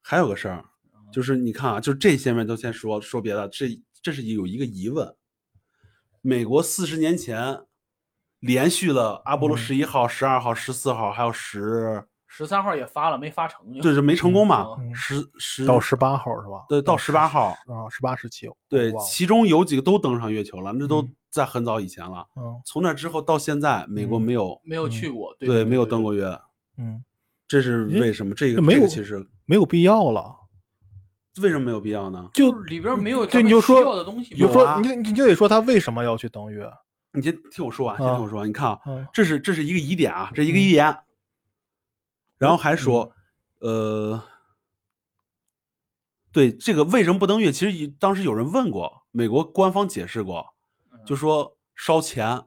[SPEAKER 3] 还有个事儿，
[SPEAKER 2] 嗯
[SPEAKER 3] 就是你看啊，就这些面都先说说别的，这这是有一个疑问。美国四十年前连续了阿波罗
[SPEAKER 2] 嗯
[SPEAKER 3] 十一号、十二号、十四号，还有十，
[SPEAKER 1] 十三号也发了，没发成就。
[SPEAKER 3] 对，是没成功嘛
[SPEAKER 2] 嗯，嗯
[SPEAKER 3] 十十
[SPEAKER 2] 到十八号是吧？
[SPEAKER 3] 对到十八号，
[SPEAKER 2] 啊，十八十七。
[SPEAKER 3] 对
[SPEAKER 2] 哇，哦
[SPEAKER 3] 其中有几个都登上月球了，那都
[SPEAKER 2] 嗯
[SPEAKER 3] 在很早以前了。
[SPEAKER 2] 嗯
[SPEAKER 3] 从那之后到现在，美国
[SPEAKER 2] 嗯
[SPEAKER 3] 没有
[SPEAKER 1] 没有
[SPEAKER 2] 嗯
[SPEAKER 1] 去过，对
[SPEAKER 3] 对没有
[SPEAKER 1] 对
[SPEAKER 3] 登过
[SPEAKER 1] 对
[SPEAKER 3] 月，
[SPEAKER 2] 嗯，
[SPEAKER 3] 这是
[SPEAKER 2] 诶
[SPEAKER 3] 为什么？这个
[SPEAKER 2] 没
[SPEAKER 3] 这个
[SPEAKER 2] 有
[SPEAKER 3] 其实
[SPEAKER 2] 没有必要了。
[SPEAKER 3] 为什么没有必要呢？
[SPEAKER 2] 就
[SPEAKER 1] 就是里边没有他
[SPEAKER 2] 对，
[SPEAKER 1] 们
[SPEAKER 2] 你就
[SPEAKER 1] 需
[SPEAKER 2] 说
[SPEAKER 1] 要的东西
[SPEAKER 2] 你就
[SPEAKER 1] 嘛
[SPEAKER 2] 说、
[SPEAKER 3] 啊
[SPEAKER 2] 你你就得说他为什么要去登月？
[SPEAKER 3] 你先听我说完，先
[SPEAKER 2] 啊
[SPEAKER 3] 听我说完。你看啊，
[SPEAKER 2] 嗯
[SPEAKER 3] 这是这是一个疑点啊，这一个疑点。
[SPEAKER 2] 嗯
[SPEAKER 3] 然后还说，呃，对这个为什么不登月，其实也当时有人问过，美国官方解释过，
[SPEAKER 2] 嗯
[SPEAKER 3] 就说烧钱，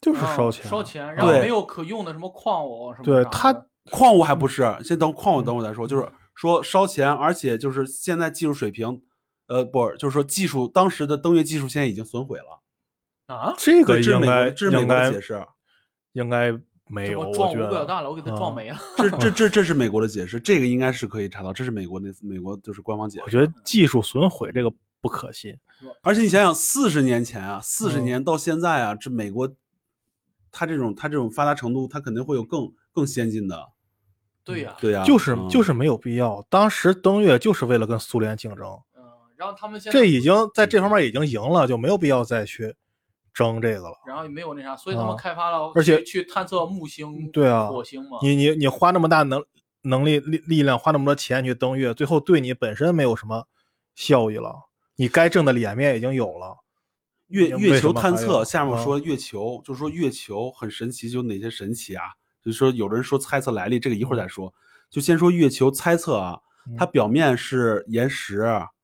[SPEAKER 2] 就是
[SPEAKER 1] 啊
[SPEAKER 2] 哦烧钱，
[SPEAKER 1] 烧钱，然后
[SPEAKER 3] 对
[SPEAKER 1] 没有可用的什么矿物什么
[SPEAKER 2] 对
[SPEAKER 1] 啥
[SPEAKER 2] 它
[SPEAKER 1] 的
[SPEAKER 3] 矿物还不是，先等矿物等会儿再
[SPEAKER 2] 嗯
[SPEAKER 3] 说，就是说烧钱，而且就是现在技术水平，呃，不是，就是说技术当时的登月技术现在已经损毁了，
[SPEAKER 1] 啊，
[SPEAKER 2] 这个
[SPEAKER 3] 对这是
[SPEAKER 2] 应
[SPEAKER 3] 美国
[SPEAKER 2] 该
[SPEAKER 3] 这是美
[SPEAKER 2] 应
[SPEAKER 3] 国的
[SPEAKER 2] 该
[SPEAKER 3] 解释
[SPEAKER 2] 应该没
[SPEAKER 1] 这
[SPEAKER 2] 有，
[SPEAKER 1] 不
[SPEAKER 2] 我
[SPEAKER 1] 撞
[SPEAKER 2] 觉
[SPEAKER 1] 五
[SPEAKER 2] 得啊
[SPEAKER 1] 百大了，我给它撞没了。
[SPEAKER 3] 这这这这是美国的解释，这个应该是可以查到，这是美国那美国就是官方解
[SPEAKER 2] 我
[SPEAKER 3] 释。
[SPEAKER 2] 觉得技术损毁这个不可信，
[SPEAKER 3] 而且你想想，四十年前啊，四十
[SPEAKER 2] 嗯
[SPEAKER 3] 年到现在啊，这美国，它这种它这种发达程度，它肯定会有更更先进的，
[SPEAKER 1] 对呀，
[SPEAKER 3] 对呀、
[SPEAKER 2] 就是
[SPEAKER 3] 嗯
[SPEAKER 2] 就。是没有必要。当时登月就是为了跟苏联竞争，
[SPEAKER 1] 嗯，然后他们现在
[SPEAKER 2] 这已经在这方面已经赢了，就没有必要再去争这个了。
[SPEAKER 1] 然后也没有那啥，所以他
[SPEAKER 2] 啊
[SPEAKER 1] 们开发了，
[SPEAKER 2] 而且
[SPEAKER 1] 去探测木星、
[SPEAKER 2] 对啊
[SPEAKER 1] 火星
[SPEAKER 3] 嗯
[SPEAKER 1] 嘛，
[SPEAKER 2] 你你你花那么大能能力力力量，花那么多钱去登月，最后对你本身没有什么效益了，你该挣的脸面已经有了。
[SPEAKER 3] 月
[SPEAKER 2] 明白
[SPEAKER 3] 月
[SPEAKER 2] 为什
[SPEAKER 3] 球
[SPEAKER 2] 么
[SPEAKER 3] 探
[SPEAKER 2] 还
[SPEAKER 3] 测，
[SPEAKER 2] 有
[SPEAKER 3] 下面
[SPEAKER 2] 啊
[SPEAKER 3] 说月球，就说月球很神奇，就哪些神奇啊？就说有的人说猜测来历，这个一会儿再说。就先说月球猜测啊，它
[SPEAKER 2] 嗯
[SPEAKER 3] 表面是岩石，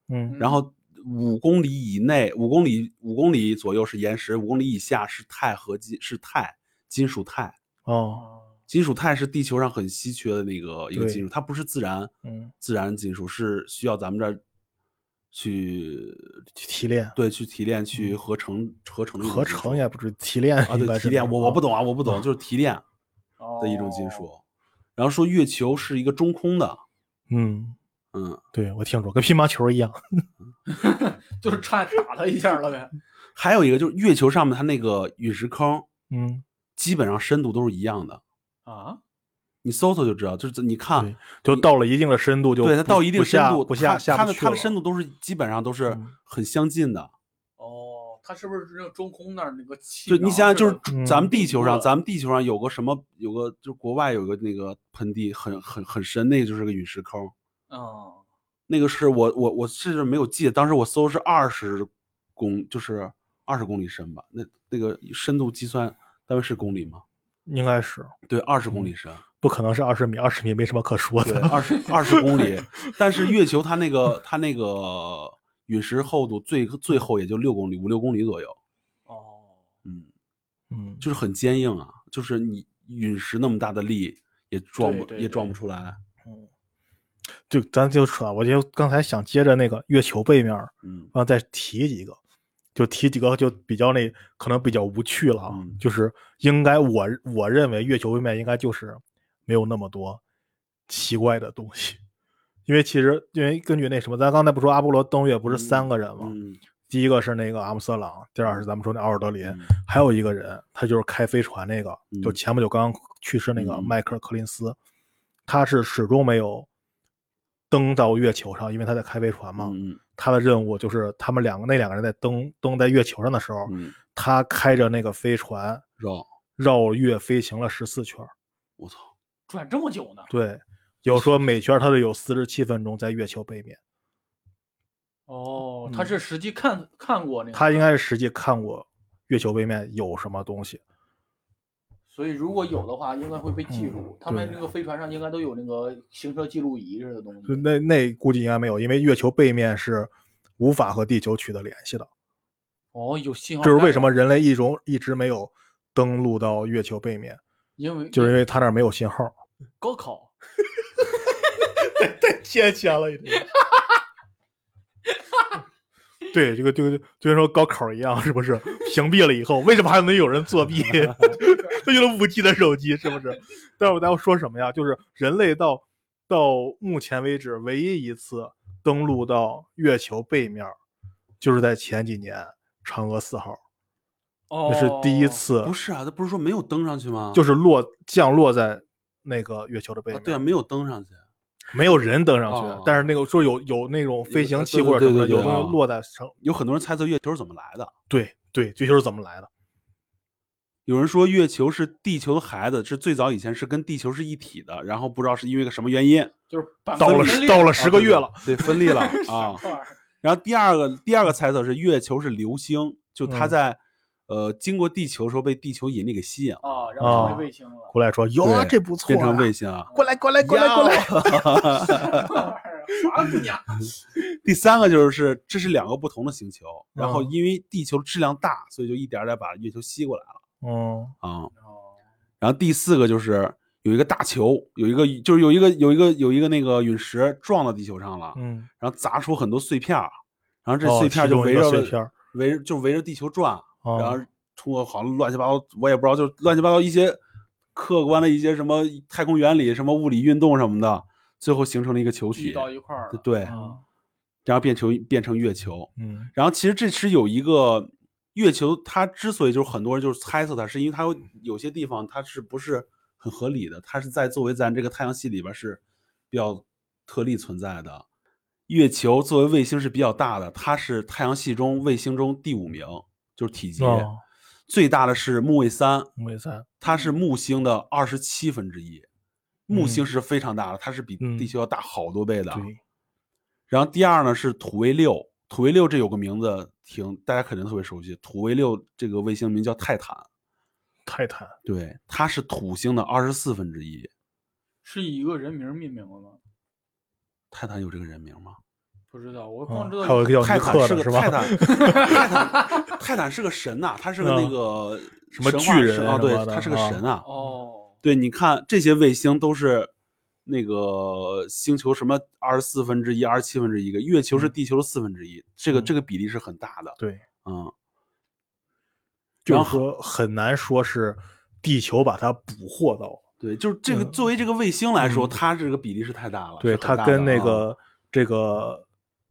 [SPEAKER 2] 嗯
[SPEAKER 3] 然后五公里以内，五公里五公里左右是岩石，五公里以下是钛合金，是钛金属钛。
[SPEAKER 2] 哦
[SPEAKER 1] 啊
[SPEAKER 3] 金属钛是地球上很稀缺的那个一个
[SPEAKER 2] 对
[SPEAKER 3] 金属，它不是自然
[SPEAKER 2] 嗯，
[SPEAKER 3] 自然金属，是需要咱们这儿去
[SPEAKER 2] 去提炼
[SPEAKER 3] 对去提炼去合成合成的一种
[SPEAKER 2] 嗯合
[SPEAKER 3] 金属
[SPEAKER 2] 成也不是提炼
[SPEAKER 3] 啊，
[SPEAKER 2] 应该
[SPEAKER 3] 对，
[SPEAKER 2] 是
[SPEAKER 3] 提炼，我我不
[SPEAKER 2] 懂
[SPEAKER 3] 懂啊，我不懂，就是提 炼的一种金属。
[SPEAKER 2] 哦
[SPEAKER 3] 然后说月球是一个中空的，
[SPEAKER 2] 嗯，
[SPEAKER 3] 嗯，
[SPEAKER 2] 对我听说跟乒乓球一样，
[SPEAKER 1] 就是差点打他一下了呗。
[SPEAKER 3] 还有一个就是月球上面它那个陨石坑，
[SPEAKER 2] 嗯，
[SPEAKER 3] 基本上深度都是一样的，
[SPEAKER 1] 啊，
[SPEAKER 3] 你搜搜就知道，就是你看
[SPEAKER 2] 对，就到了一定的深度就
[SPEAKER 3] 对它
[SPEAKER 2] 不
[SPEAKER 3] 到一定
[SPEAKER 2] 不
[SPEAKER 3] 深
[SPEAKER 2] 下
[SPEAKER 3] 度，
[SPEAKER 2] 不下
[SPEAKER 3] 它
[SPEAKER 2] 下
[SPEAKER 3] 它
[SPEAKER 2] 不
[SPEAKER 3] 的
[SPEAKER 2] 去
[SPEAKER 3] 它的
[SPEAKER 2] 了
[SPEAKER 3] 深度都是基本上都是
[SPEAKER 2] 嗯
[SPEAKER 3] 很相近的。
[SPEAKER 1] 哦，它是不是那个中空那儿那个气
[SPEAKER 3] 就
[SPEAKER 1] 囊似的？
[SPEAKER 3] 你想想，就是
[SPEAKER 2] 嗯
[SPEAKER 3] 咱们地球上，
[SPEAKER 1] 嗯
[SPEAKER 3] 咱们地球上有个什么，有个就国外有个那个盆地很很很深，那个就是个陨石坑。
[SPEAKER 1] 嗯，
[SPEAKER 3] 那个是我我我甚至没有记得，当时我搜是二十公，就是二十公里深吧？那那个深度计算单位是公里吗？
[SPEAKER 2] 应该是
[SPEAKER 3] 对，二十公里深，
[SPEAKER 2] 不可能是二十米，二十米没什么可说
[SPEAKER 3] 对，
[SPEAKER 2] 的。
[SPEAKER 3] 二十二十公里。但是月球它那个它那个陨石厚度最最厚也就六公里，五六公里左右，
[SPEAKER 1] 哦，
[SPEAKER 3] 嗯，
[SPEAKER 2] 嗯，
[SPEAKER 3] 就是很坚硬啊，就是你陨石那么大的力也撞不
[SPEAKER 1] 对对
[SPEAKER 3] 也
[SPEAKER 1] 对
[SPEAKER 3] 撞不出来，
[SPEAKER 2] 就咱就说啊，我就刚才想接着那个月球背面，
[SPEAKER 3] 嗯，
[SPEAKER 2] 然后再提几个，就提几个就比较那可能比较无趣了啊，
[SPEAKER 3] 嗯
[SPEAKER 2] 就是应该我我认为月球背面应该就是没有那么多奇怪的东西，因为其实因为根据那什么，咱刚才不说阿波罗登月不是三个人吗？
[SPEAKER 3] 嗯
[SPEAKER 2] 第一个是那个阿姆斯特朗，第二是咱们说那奥尔德林，
[SPEAKER 3] 嗯
[SPEAKER 2] 还有一个人，他就是开飞船那个，就
[SPEAKER 3] 嗯
[SPEAKER 2] 前不久刚去世那个
[SPEAKER 3] 嗯
[SPEAKER 2] 迈克尔·柯林斯，他是始终没有登到月球上，因为他在开飞船嘛。
[SPEAKER 3] 嗯
[SPEAKER 2] 他的任务就是他们两个那两个人在登登在月球上的时候，
[SPEAKER 3] 嗯，
[SPEAKER 2] 他开着那个飞船
[SPEAKER 3] 绕，
[SPEAKER 2] 绕月飞行了十四圈儿。
[SPEAKER 3] 我操，
[SPEAKER 1] 转这么久呢？
[SPEAKER 2] 对，有说每圈儿他都有四十七分钟在月球背面，
[SPEAKER 1] 哦，他是实际看看过那个，
[SPEAKER 2] 嗯他应该是实际看过月球背面有什么东西。
[SPEAKER 1] 所以如果有的话，应该会被记录。他们
[SPEAKER 2] 嗯对
[SPEAKER 1] 那个飞船上应该都有那个行车记录仪似的东西。
[SPEAKER 2] 那那估计应该没有，因为月球背面是无法和地球取得联系的。
[SPEAKER 1] 哦，有信号。
[SPEAKER 2] 这是为什么？人类一种一直没有登陆到月球背面，
[SPEAKER 1] 因为
[SPEAKER 2] 就是因为它那儿没有信号。
[SPEAKER 1] 高考。
[SPEAKER 2] 牵强了一点。 对，这个这个就跟说高考一样，是不是？屏蔽了以后，为什么还能有人作弊？他用了五 G 的手机，是不是？但我待会说什么呀？就是人类到到目前为止唯一一次登陆到月球背面儿，就是在前几年嫦娥四号，
[SPEAKER 1] 哦，
[SPEAKER 2] 那是第一。次，
[SPEAKER 3] 不是啊，他不是说没有登上去吗？
[SPEAKER 2] 就是是落降落在那个月球的背
[SPEAKER 3] 啊
[SPEAKER 2] 面。
[SPEAKER 3] 对啊，没有登上去。
[SPEAKER 2] 没有人登上去，
[SPEAKER 3] 哦
[SPEAKER 2] 但是那个说有有那种飞行器
[SPEAKER 3] 对对
[SPEAKER 2] 或者什么的，
[SPEAKER 3] 对对对
[SPEAKER 2] 有东
[SPEAKER 3] 啊
[SPEAKER 2] 西落在城。
[SPEAKER 3] 有很多人猜测月球是怎么来的。
[SPEAKER 2] 对对，月球是怎么来的？
[SPEAKER 3] 有人说月球是地球的孩子，是最早以前是跟地球是一体的，然后不知道是因为个什么原因
[SPEAKER 1] 就是板
[SPEAKER 2] 到
[SPEAKER 1] 块
[SPEAKER 2] 了
[SPEAKER 1] 分
[SPEAKER 2] 十
[SPEAKER 1] 裂
[SPEAKER 2] 到了
[SPEAKER 1] 啊
[SPEAKER 2] 十个月了，
[SPEAKER 3] 对，分裂 了
[SPEAKER 1] 板
[SPEAKER 3] 啊。
[SPEAKER 1] 块儿
[SPEAKER 3] 然后第二个第二个猜测是月球是流星，就它
[SPEAKER 2] 嗯
[SPEAKER 3] 在、呃经过地球的时候被地球引力给吸引了，
[SPEAKER 1] 啊，然后成
[SPEAKER 2] 啊
[SPEAKER 1] 为卫星了。
[SPEAKER 2] 过来说哟，
[SPEAKER 3] 对
[SPEAKER 2] 这不错、啊，
[SPEAKER 3] 变成卫星啊。
[SPEAKER 2] 过来过来过来过来，
[SPEAKER 1] 啊 什么玩意儿，啥姑娘？
[SPEAKER 3] 第三个就是这是两个不同的星球，然后
[SPEAKER 2] 嗯
[SPEAKER 3] 因为地球质量大，所以就一点儿点儿把月球吸过来了
[SPEAKER 2] 嗯
[SPEAKER 3] 啊、
[SPEAKER 1] 哦，
[SPEAKER 3] 然后第四个就是有一个大球，有一个就是有一个有一个有一个那个陨石撞到地球上了，
[SPEAKER 2] 嗯，
[SPEAKER 3] 然后砸出很多碎片儿，然后这
[SPEAKER 2] 哦
[SPEAKER 3] 碎片儿
[SPEAKER 2] 其
[SPEAKER 3] 就
[SPEAKER 2] 中一
[SPEAKER 3] 围
[SPEAKER 2] 个
[SPEAKER 3] 绕
[SPEAKER 2] 碎
[SPEAKER 3] 着
[SPEAKER 2] 片儿
[SPEAKER 3] 围就围着地球转，
[SPEAKER 2] 啊
[SPEAKER 3] 然后通过好像乱七八糟，我也不知道，就乱七八糟一些客观的一些什么太空原理、什么物理运动什么的，最后形成了一个球
[SPEAKER 1] 聚
[SPEAKER 3] 体，
[SPEAKER 1] 到一块儿了，
[SPEAKER 3] 对
[SPEAKER 1] 啊
[SPEAKER 3] 然后变成变成月球。
[SPEAKER 2] 嗯
[SPEAKER 3] 然后其实这是有一个月球，它之所以就是很多人就是猜测它，是因为它有
[SPEAKER 2] 嗯
[SPEAKER 3] 有些地方它是不是很合理的，它是在作为咱这个太阳系里边是比较特例存在的。月球作为卫星是比较大的，它是太阳系中卫星中第五名，就是体积。
[SPEAKER 2] 哦，嗯
[SPEAKER 3] 最大的是木卫三，
[SPEAKER 2] 没在
[SPEAKER 3] 它是木星的二十七分之一。木星
[SPEAKER 2] 嗯
[SPEAKER 3] 是非常大的，它是比
[SPEAKER 2] 嗯
[SPEAKER 3] 地球要大好多倍的。
[SPEAKER 2] 对，
[SPEAKER 3] 然后第二呢是土卫六，土卫六这有个名字挺大家肯定特别熟悉，土卫六这个卫星名叫泰坦，
[SPEAKER 2] 泰坦
[SPEAKER 3] 对，它是土星的二十四分之一。
[SPEAKER 1] 是以一个人名儿命名的吗？
[SPEAKER 3] 泰坦有这个人名吗？
[SPEAKER 1] 不知道，我光
[SPEAKER 2] 嗯
[SPEAKER 1] 知道
[SPEAKER 2] 还有一个叫
[SPEAKER 3] 泰
[SPEAKER 2] 尼
[SPEAKER 3] 坦
[SPEAKER 2] 克
[SPEAKER 3] 是
[SPEAKER 2] 的
[SPEAKER 3] 个
[SPEAKER 2] 是吧
[SPEAKER 3] 泰？ 坦，泰坦泰坦是个神呐、他是个那
[SPEAKER 2] 嗯
[SPEAKER 3] 个
[SPEAKER 2] 什么
[SPEAKER 3] 神话
[SPEAKER 2] 巨
[SPEAKER 3] 神
[SPEAKER 2] 人
[SPEAKER 3] 啊，
[SPEAKER 2] 什
[SPEAKER 3] 对
[SPEAKER 2] 么，的
[SPEAKER 3] 他是个
[SPEAKER 2] 啊
[SPEAKER 3] 神啊。
[SPEAKER 1] 哦，
[SPEAKER 3] 对，你看这些卫星都是那个星球什么二十四分之一、二十七分之一个，月球是地球的四分之一，这个这
[SPEAKER 2] 嗯
[SPEAKER 3] 个比例是很大的。
[SPEAKER 2] 对，
[SPEAKER 3] 嗯，
[SPEAKER 2] 就
[SPEAKER 3] 然
[SPEAKER 2] 是说很难说是地球把它捕获到，
[SPEAKER 3] 对，就是这个作为这个卫星来说，
[SPEAKER 2] 嗯
[SPEAKER 3] 它这个比例是太大了。是
[SPEAKER 2] 对，
[SPEAKER 3] 很
[SPEAKER 2] 它
[SPEAKER 3] 大
[SPEAKER 2] 跟
[SPEAKER 3] 的
[SPEAKER 2] 那
[SPEAKER 3] 啊
[SPEAKER 2] 个这个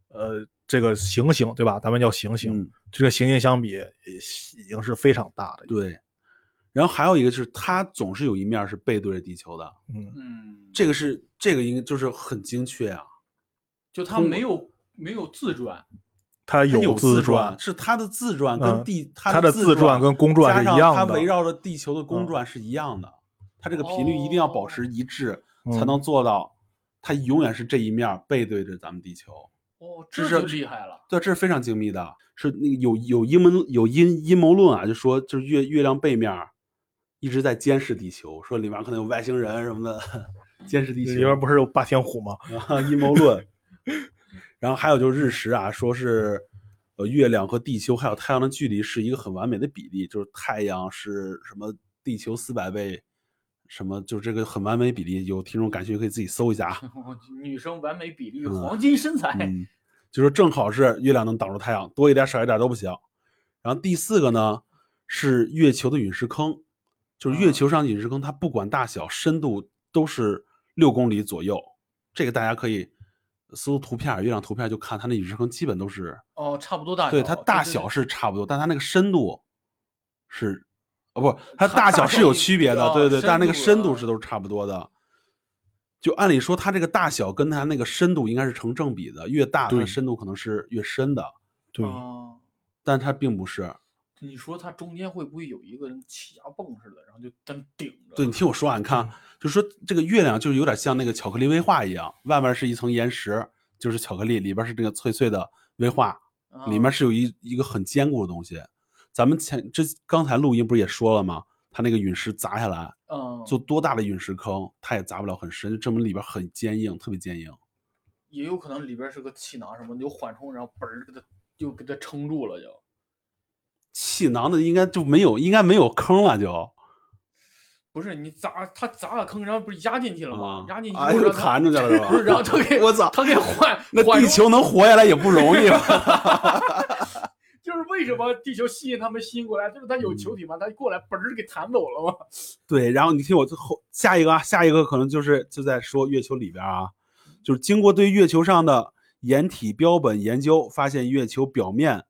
[SPEAKER 2] 呃这个行星对吧？咱们叫行星，
[SPEAKER 3] 嗯
[SPEAKER 2] 这个行星相比已经是非常大的，
[SPEAKER 3] 对，然后还有一个就是它总是有一面儿是背对着地球的，
[SPEAKER 2] 嗯，
[SPEAKER 1] 嗯，
[SPEAKER 3] 这个是这个应该就是很精确啊。
[SPEAKER 1] 就它没有没有自转，
[SPEAKER 3] 它
[SPEAKER 2] 它
[SPEAKER 3] 有
[SPEAKER 2] 自
[SPEAKER 3] 转，，是它的自转跟
[SPEAKER 2] 嗯
[SPEAKER 3] 地、
[SPEAKER 2] 它
[SPEAKER 3] 的
[SPEAKER 2] 的自转跟公转
[SPEAKER 3] 加上
[SPEAKER 2] 是一样
[SPEAKER 3] 它
[SPEAKER 2] 的
[SPEAKER 3] 围绕着地球的公
[SPEAKER 2] 嗯
[SPEAKER 3] 转是一样的，它这个频率一定要保持一致，才
[SPEAKER 2] 嗯
[SPEAKER 3] 能做到它永远是这一面儿背对着咱们地球。
[SPEAKER 1] 哦，
[SPEAKER 3] 这
[SPEAKER 1] 这
[SPEAKER 3] 是
[SPEAKER 1] 就厉害了。
[SPEAKER 3] 对，这是非常精密的，是那个有有阴谋有阴阴谋论啊，就说就是月月亮背面儿一直在监视地球，说里面可能有外星人什么的监视地球。
[SPEAKER 2] 里边不是有霸天虎吗？
[SPEAKER 3] 啊，阴谋论。然后还有就是日食啊，说是呃月亮和地球还有太阳的距离是一个很完美的比例，就是太阳是什么地球四百倍，什么就这个很完美比例。有听众感兴趣可以自己搜一下啊。
[SPEAKER 1] 女生完美比例，
[SPEAKER 3] 嗯
[SPEAKER 1] 黄金身材，
[SPEAKER 3] 嗯，就说正好是月亮能挡住太阳，多一点少一点都不行。然后第四个呢是月球的陨石坑，就是月
[SPEAKER 1] 啊
[SPEAKER 3] 球上陨石坑，它不管大小、深度都是六公里左右。这个大家可以呃搜图片儿，月亮图片儿就看它那陨石坑基本都是，
[SPEAKER 1] 哦，差不多大小，
[SPEAKER 3] 对它大
[SPEAKER 1] 对
[SPEAKER 3] 小
[SPEAKER 1] 对
[SPEAKER 3] 是差不多，但它那个深度是，哦不，
[SPEAKER 1] 它
[SPEAKER 3] 它
[SPEAKER 1] 大
[SPEAKER 3] 大小
[SPEAKER 1] 小
[SPEAKER 3] 是有
[SPEAKER 1] 有
[SPEAKER 3] 区别的，
[SPEAKER 1] 哦
[SPEAKER 3] 对对，但是那个
[SPEAKER 1] 深
[SPEAKER 3] 深
[SPEAKER 1] 度
[SPEAKER 3] 度
[SPEAKER 1] 啊
[SPEAKER 3] 是都是差不多的。就按理说，它这个大小跟它那个深度应该是成正比的，越大它的
[SPEAKER 2] 对
[SPEAKER 3] 深度可能是越深的，
[SPEAKER 2] 对，
[SPEAKER 1] 哦
[SPEAKER 3] 但它并不是。
[SPEAKER 1] 你说它中间会不会有一个人气压泵似的，然后就在那顶着？
[SPEAKER 3] 对你听我说啊，你看
[SPEAKER 2] 嗯，
[SPEAKER 3] 就说这个月亮就是有点像那个巧克力威化一样，外面是一层岩石，就是巧克力，里边是这个脆脆的威化，
[SPEAKER 1] 啊，
[SPEAKER 3] 里面是有一一个很坚固的东西。咱们前之刚才录音不是也说了吗？它那个陨石砸下来，
[SPEAKER 1] 嗯，
[SPEAKER 3] 就多大的陨石坑，它也砸不了很深，就证明里边很坚硬，特别坚硬。
[SPEAKER 1] 也有可能里边是个气囊什么的，有缓冲，然后嘣儿给它就给它撑住了就。
[SPEAKER 3] 气囊的应该就没有，应该没有坑了就，
[SPEAKER 1] 不是你砸它砸了坑，然后不是压进去了吗
[SPEAKER 3] 啊？
[SPEAKER 1] 压进去
[SPEAKER 3] 哎
[SPEAKER 1] 之后
[SPEAKER 3] 呦
[SPEAKER 1] 让它
[SPEAKER 3] 卡进去了是吧
[SPEAKER 1] 不是然后它给
[SPEAKER 3] 我操
[SPEAKER 1] 它给缓
[SPEAKER 3] 那
[SPEAKER 1] 缓
[SPEAKER 3] 地
[SPEAKER 1] 冲
[SPEAKER 3] 球能活下来也不容易吧？
[SPEAKER 1] 就是为什么地球吸引他们吸引过来，就是它有球体嘛，它一过来嘣儿给弹走了嘛。
[SPEAKER 3] 对，然后你听我最后下一个啊，下一个可能就是就在说月球里边啊，就是经过对月球上的岩体标本研究，发现月球表面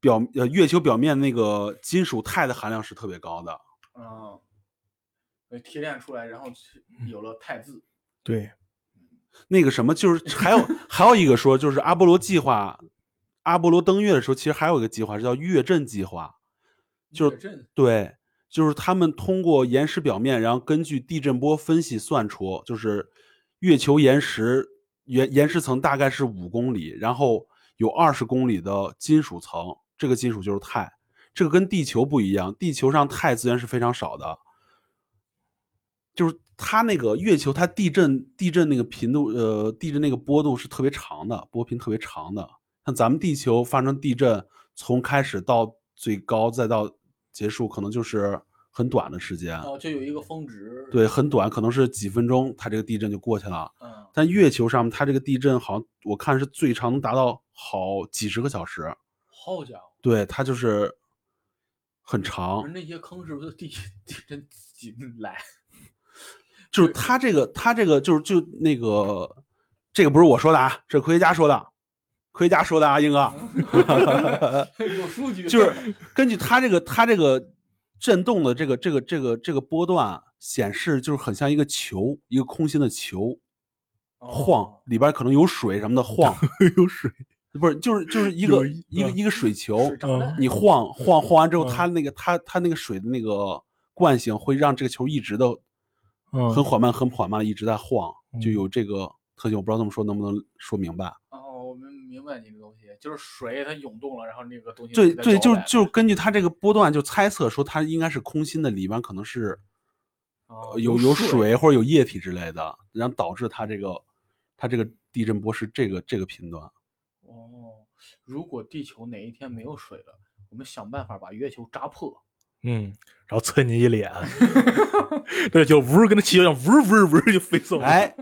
[SPEAKER 3] 表呃月球表面那个金属钛的含量是特别高的，
[SPEAKER 1] 嗯，对提炼出来，然后
[SPEAKER 3] 嗯
[SPEAKER 1] 有了钛字。
[SPEAKER 2] 对，
[SPEAKER 3] 那个什么，就是还有还有一个说，就是阿波罗计划，阿波罗登月的时候，其实还有一个计划是叫月震计划，就
[SPEAKER 1] 月
[SPEAKER 3] 是
[SPEAKER 1] 震
[SPEAKER 3] 对，就是他们通过岩石表面，然后根据地震波分析算出，就是月球岩石岩岩石层大概是五公里，然后有二十公里的金属层，这个金属就是钛，这个跟地球不一样，地球上钛资源是非常少的，就是它那个月球它地震地震那个频度呃地震那个波度是特别长的，波频特别长的。像咱们地球发生地震，从开始到最高再到结束，可能就是很短的时间
[SPEAKER 1] 然，后哦就有一个峰值，
[SPEAKER 3] 啊对，，很短，可能是几分钟，它这个地震就过去了。
[SPEAKER 1] 嗯，
[SPEAKER 3] 但月球上面它这个地震好像我看是最长能达到好几十个小时，
[SPEAKER 1] 好家伙，
[SPEAKER 3] 对，它就是很长
[SPEAKER 1] 不是。那些坑是不是地地震自己 来？
[SPEAKER 3] 就是它这个，它这个就是就那个，这个不是我说的啊，这是科学家说的，科学家说的啊，英哥，
[SPEAKER 2] 嗯
[SPEAKER 1] 有数据，
[SPEAKER 3] 就是根据它这个它这个震动的这个这个这个这个波段啊显示，就是很像一个球，一个空心的球晃
[SPEAKER 1] 哦，
[SPEAKER 3] 里边可能有水 什么的晃，
[SPEAKER 2] 有水，
[SPEAKER 3] 不是就是 就是一
[SPEAKER 2] 有
[SPEAKER 3] 个
[SPEAKER 2] 一
[SPEAKER 3] 一个
[SPEAKER 2] 嗯
[SPEAKER 3] 一个水球
[SPEAKER 1] 水，涨
[SPEAKER 2] 嗯
[SPEAKER 1] 弹
[SPEAKER 3] 你晃晃晃完之后，
[SPEAKER 2] 嗯
[SPEAKER 3] 它那个它它那个水的那个惯性会让这个球一直的
[SPEAKER 2] 嗯，
[SPEAKER 3] 很缓慢很缓慢地一直在晃，就
[SPEAKER 2] 嗯
[SPEAKER 3] 有这个特性。我不知道这么说能不能说明白。
[SPEAKER 1] 哦，我们明白你的东西，就是水它涌动了，然后那个东西
[SPEAKER 3] 对
[SPEAKER 1] 在
[SPEAKER 3] 对，
[SPEAKER 1] 摇
[SPEAKER 3] 就
[SPEAKER 1] 摆
[SPEAKER 3] 就根据它这个波段就猜测说它应该是空心的，里边可能是
[SPEAKER 1] 哦
[SPEAKER 3] 呃有
[SPEAKER 1] 有
[SPEAKER 3] 有
[SPEAKER 1] 水
[SPEAKER 3] 水或者有液体之类的，然后导致它这个它这个地震波是这个这个频 段。
[SPEAKER 1] 哦，如果地球哪一天没有水了，我们想办法把月球扎破。
[SPEAKER 2] 嗯，然后呲你一脸，对，就呜跟那气球一样，呜呜呜就飞走了。
[SPEAKER 3] 哎，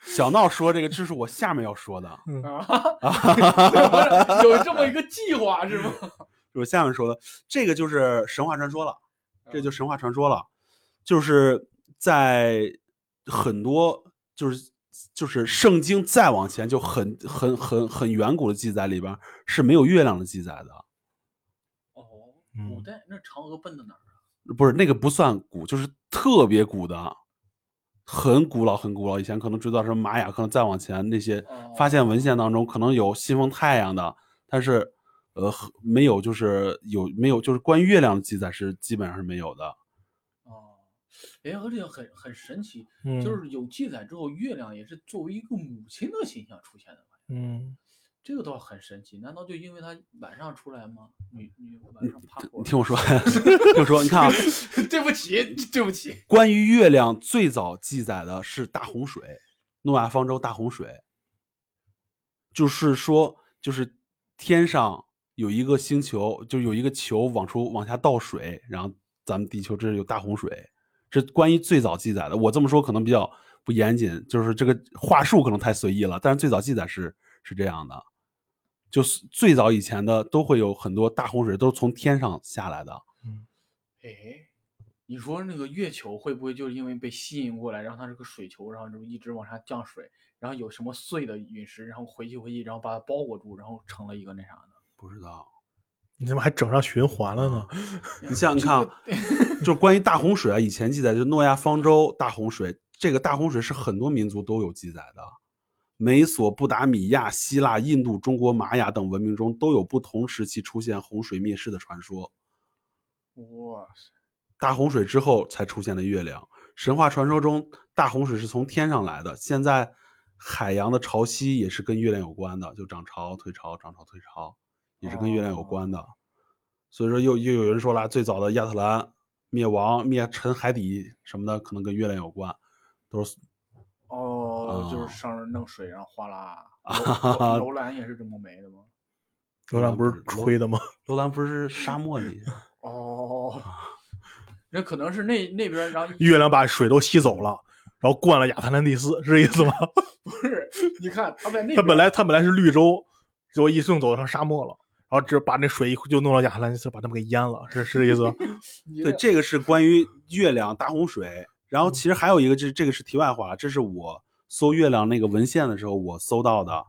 [SPEAKER 3] 小闹说这个，这是我下面要说的。
[SPEAKER 1] 啊， 有这么一个计划是吗？
[SPEAKER 3] 我下面说的这个就是神话传说了，这就
[SPEAKER 1] 嗯
[SPEAKER 3] 神话传说了，就是在很多就是就是圣经再往前就很很很很远古的记载里边是没有月亮的记载的，
[SPEAKER 1] 哦，古
[SPEAKER 2] 嗯
[SPEAKER 1] 代那嫦娥奔到哪儿啊？
[SPEAKER 3] 不是那个不算古，就是特别古的，很古老很古老，以前可能追到什么玛雅，可能再往前那些发现文献当中可能有信奉太阳的，但是呃很没有就是有没有就是关于月亮的记载是基本上是没有的。
[SPEAKER 1] 哦，哎，而且很很神奇，
[SPEAKER 2] 嗯，
[SPEAKER 1] 就是有记载之后，月亮也是作为一个母亲的形象出现的。
[SPEAKER 2] 嗯，
[SPEAKER 1] 这个倒很神奇，难道就因为它晚上出来吗？女女晚上趴活
[SPEAKER 3] 你
[SPEAKER 1] 儿？
[SPEAKER 3] 听我说， 听我说，你 看啊，
[SPEAKER 1] 对不起，对不起。
[SPEAKER 3] 关于月亮最早记载的是大洪水，诺亚方舟大洪水，就是说，就是天上有一个星球，就有一个球往出往下倒水，然后咱们地球这有大洪水，这关于最早记载的。我这么说可能比较不严谨，就是这个话术可能太随意了，但是最早记载是是这样的，就是最早以前的都会有很多大洪水都是从天上下来的。
[SPEAKER 1] 哎，你说那个月球会不会就是因为被吸引过来，然后它是个水球，然后就一直往下降水，然后有什么碎的陨石，然后回去回去，然后把它包裹住，然后成了一个那啥呢？
[SPEAKER 3] 不知道，
[SPEAKER 2] 你怎么还整上循环了呢？
[SPEAKER 3] 你想想看啊， 就是关于大洪水啊，以前记载就是诺亚方舟大洪水，这个大洪水是很多民族都有记载的，美索不达米亚、希腊、印度、中国玛雅等文明中都有不同时期出现洪水灭世的传说。
[SPEAKER 1] 哇塞，
[SPEAKER 3] 大洪水之后才出现的月亮，神话传说中大洪水是从天上来的，现在海洋的潮汐也是跟月亮有关的，就涨潮、退潮、涨潮、退潮，也是跟月亮有关的。所以说又，又有人说了，最早的亚特兰灭亡、灭沉海底什么的，可能跟月亮有关，都是
[SPEAKER 1] 哦，就
[SPEAKER 3] 啊
[SPEAKER 1] 是上面弄水，然后哗啦。
[SPEAKER 3] 哈
[SPEAKER 1] 楼楼兰也是这么没的吗？
[SPEAKER 2] 流浪不是吹的吗？
[SPEAKER 3] 楼兰不是沙漠里，
[SPEAKER 1] 哦，那可能是那那边儿，然后 一
[SPEAKER 2] 月亮把水都吸走了，然后灌了亚特兰蒂斯，是这意思吗？
[SPEAKER 1] 不是，你看他在那
[SPEAKER 2] 它
[SPEAKER 1] 边
[SPEAKER 2] 本
[SPEAKER 1] 儿
[SPEAKER 2] 来它本来是绿洲，结果一送走成沙漠了，然后只把那水一就弄到亚特兰蒂斯，把他们给淹了，是是这意思吗？
[SPEAKER 1] 你
[SPEAKER 3] 对，这个是关于月亮大洪水。然
[SPEAKER 2] 嗯
[SPEAKER 3] 后其实还有一个，这这个是题外话，这是我搜月亮那个文献的时候我搜到的。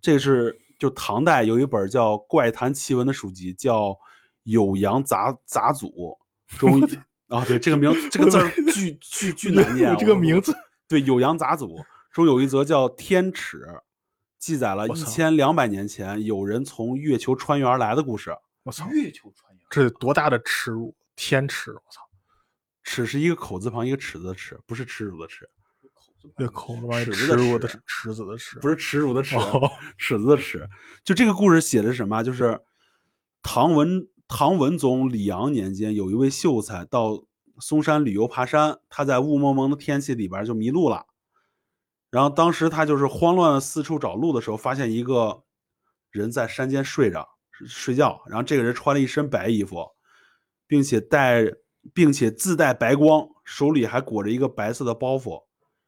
[SPEAKER 3] 这是就唐代有一本叫《怪谈奇闻》的书籍，叫《酉阳杂杂祖》中 啊，对这个名这个字儿巨巨巨难念啊，
[SPEAKER 2] 这个
[SPEAKER 3] 我
[SPEAKER 2] 名字
[SPEAKER 3] 对《酉阳杂祖》中有一则叫《天尺》，记载了
[SPEAKER 2] 我
[SPEAKER 3] 一
[SPEAKER 2] 操
[SPEAKER 3] 千两百年前有人从月球穿越而来的故事。
[SPEAKER 2] 我操，
[SPEAKER 1] 月球穿越了，
[SPEAKER 2] 这得多大的耻辱！天耻！我操，
[SPEAKER 3] 尺是一个口字旁一个尺字的尺，不是耻辱的耻，
[SPEAKER 1] 口子
[SPEAKER 2] 这口他妈
[SPEAKER 3] 尺
[SPEAKER 2] 耻
[SPEAKER 3] 子的
[SPEAKER 2] 辱的
[SPEAKER 3] 尺
[SPEAKER 2] 耻子的耻，
[SPEAKER 3] 不
[SPEAKER 2] 是
[SPEAKER 3] 是耻辱的耻，
[SPEAKER 2] 哦
[SPEAKER 3] 尺子的尺。就这个故事写的是什么啊？就是唐文唐文宗李阳年间，有一位秀才到嵩山旅游爬山，他在雾蒙蒙的天气里边就迷路了。然后当时他就是慌乱的四处找路的时候，发现一个人在山间睡着睡觉，然后这个人穿了一身白衣服，并且带并且自带白光，手里还裹着一个白色的包袱。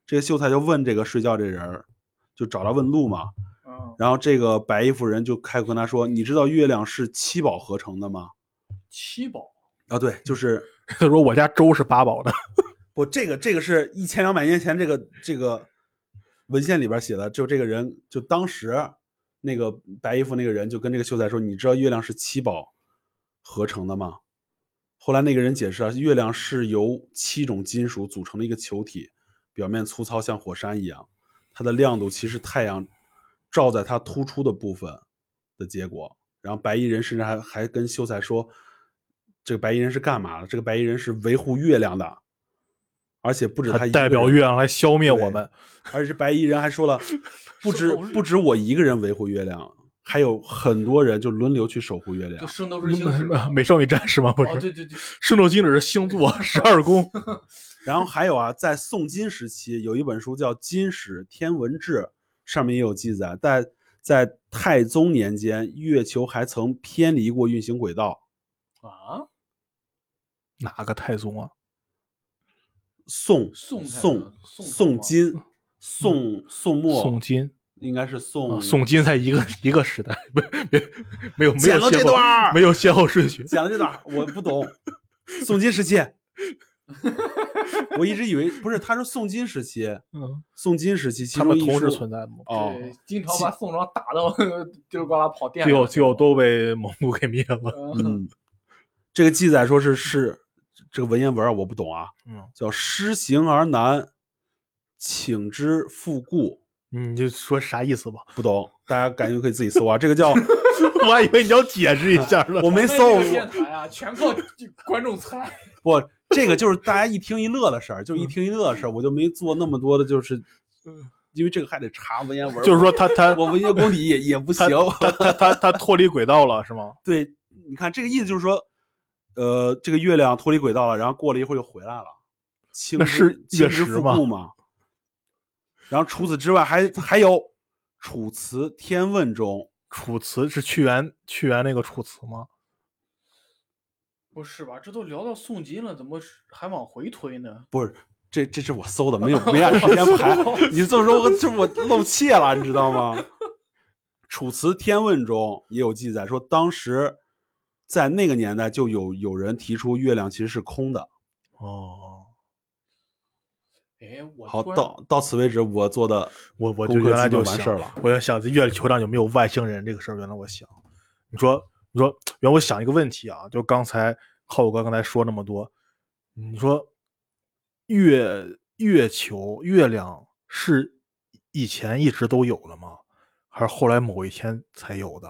[SPEAKER 3] 这个秀才就问这个睡觉这人儿，就找他问路嘛。
[SPEAKER 1] 嗯，
[SPEAKER 3] 然后这个白衣服人就开口跟他说：“你知道月亮是七宝合成的吗
[SPEAKER 1] 七宝，？”
[SPEAKER 3] 啊，对，就是
[SPEAKER 2] 他 说我家粥是八宝的，
[SPEAKER 3] 不，这个这个是一千两百年前这个这个文献里边写的，就这个人就当时那个白衣服那个人就跟这个秀才说：“你知道月亮是七宝合成的吗？”后来那个人解释啊，月亮是由七种金属组成的一个球体，表面粗糙像火山一样，它的亮度其实太阳照在它突出的部分的结果。然后白衣人甚至还还跟秀才说，这个白衣人是干嘛的？这个白衣人是维护月亮的，而且不止他
[SPEAKER 2] 他
[SPEAKER 3] 一
[SPEAKER 2] 代
[SPEAKER 3] 个
[SPEAKER 2] 表
[SPEAKER 3] 人
[SPEAKER 2] 月亮来消灭我
[SPEAKER 3] 对
[SPEAKER 2] 们。
[SPEAKER 3] 而且白衣人还 说了，不止
[SPEAKER 1] 手
[SPEAKER 3] 不止我一个人维护月亮，还有很多人就轮流去守护月亮
[SPEAKER 1] 就。圣斗士 星矢
[SPEAKER 2] 美美少女战士吗？不
[SPEAKER 1] 哦，对
[SPEAKER 2] 是，
[SPEAKER 1] 对对，
[SPEAKER 2] 圣斗士星矢是 星座十二宫。
[SPEAKER 3] 然后还有啊，在宋金时期有一本书叫《金史天文志》，上面也有记载，在在太宗年间，月球还曾偏离过运行轨道。
[SPEAKER 1] 啊，
[SPEAKER 2] 哪个太宗啊？
[SPEAKER 3] 宋
[SPEAKER 1] 宋太
[SPEAKER 3] 宋
[SPEAKER 1] 宋
[SPEAKER 3] 宋
[SPEAKER 1] 朝
[SPEAKER 3] 金 宋宋末
[SPEAKER 2] 宋金
[SPEAKER 3] 应该是
[SPEAKER 2] 啊，
[SPEAKER 3] 宋
[SPEAKER 2] 宋金在一个一个时代，不别没有没
[SPEAKER 3] 剪
[SPEAKER 2] 有
[SPEAKER 3] 了
[SPEAKER 2] 先
[SPEAKER 3] 这
[SPEAKER 2] 后
[SPEAKER 3] 段儿
[SPEAKER 2] 没有先后顺序。
[SPEAKER 3] 讲的这段儿我不懂，宋金时 期，我一直以为不是，他说宋金时期，
[SPEAKER 2] 嗯，
[SPEAKER 3] 宋金时期其
[SPEAKER 2] 他
[SPEAKER 3] 中
[SPEAKER 2] 们
[SPEAKER 3] 一
[SPEAKER 2] 同时
[SPEAKER 3] 书
[SPEAKER 2] 存在的吗？
[SPEAKER 3] 哦，
[SPEAKER 1] 对，经常把宋庄打到 就是呱啦跑电了，
[SPEAKER 2] 最后最后都被蒙古给灭了。
[SPEAKER 1] 嗯，
[SPEAKER 3] 嗯，这个记载说是是这个文言文儿我不懂啊，
[SPEAKER 2] 嗯，
[SPEAKER 3] 叫“失行而难，请之复故
[SPEAKER 2] 嗯你就说啥意思吧，”，
[SPEAKER 3] 不懂，大家感兴趣可以自己搜啊。这个 叫
[SPEAKER 2] 我还以为你要解释一下呢。
[SPEAKER 3] 我没
[SPEAKER 1] 咱
[SPEAKER 3] 搜
[SPEAKER 1] 们这个电台 啊，全靠这观众猜。
[SPEAKER 3] 不，这个就是大家一听一乐的事儿，就
[SPEAKER 1] 嗯
[SPEAKER 3] 一听一乐的事儿，我就没做那么多的，就是因为这个还得查文言文儿，
[SPEAKER 2] 就是说他他
[SPEAKER 3] 我文学功底也也不行
[SPEAKER 2] 他。他他他他脱离轨道了是吗？
[SPEAKER 3] 对，你看这个意思就是说，呃，这个月亮脱离轨道了，然后过了一会儿又回来了，清
[SPEAKER 2] 那
[SPEAKER 3] 之
[SPEAKER 2] 是
[SPEAKER 3] 清
[SPEAKER 2] 月
[SPEAKER 3] 之
[SPEAKER 2] 食
[SPEAKER 3] 复
[SPEAKER 2] 吗
[SPEAKER 3] 固嘛。然后除此之外还还有《楚辞·天问》中，
[SPEAKER 2] 楚辞是屈原屈原那个楚辞吗？
[SPEAKER 1] 不是吧？这都聊到宋金了，怎么是还往回推呢？
[SPEAKER 3] 不是这这是我搜的，没有没按时间 排。你这么说，我这我露怯了，你知道吗？《楚辞·天问》中也有记载说，当时在那个年代就有有人提出月亮其实是空的。
[SPEAKER 2] 哦，
[SPEAKER 1] 哎，我
[SPEAKER 3] 好，
[SPEAKER 1] 突然
[SPEAKER 3] 到到此为止，我做的
[SPEAKER 2] 我我就
[SPEAKER 3] 功课
[SPEAKER 2] 原来
[SPEAKER 3] 基本
[SPEAKER 2] 就
[SPEAKER 3] 完
[SPEAKER 2] 想
[SPEAKER 3] 事儿了。
[SPEAKER 2] 我就想这月球上有没有外星人这个事儿，原来我想，你说你说，原来我想一个问题啊，就刚才浩宇哥刚才说那么多，你说月月球月亮是以前一直都有的吗？还是后来某一天才有的？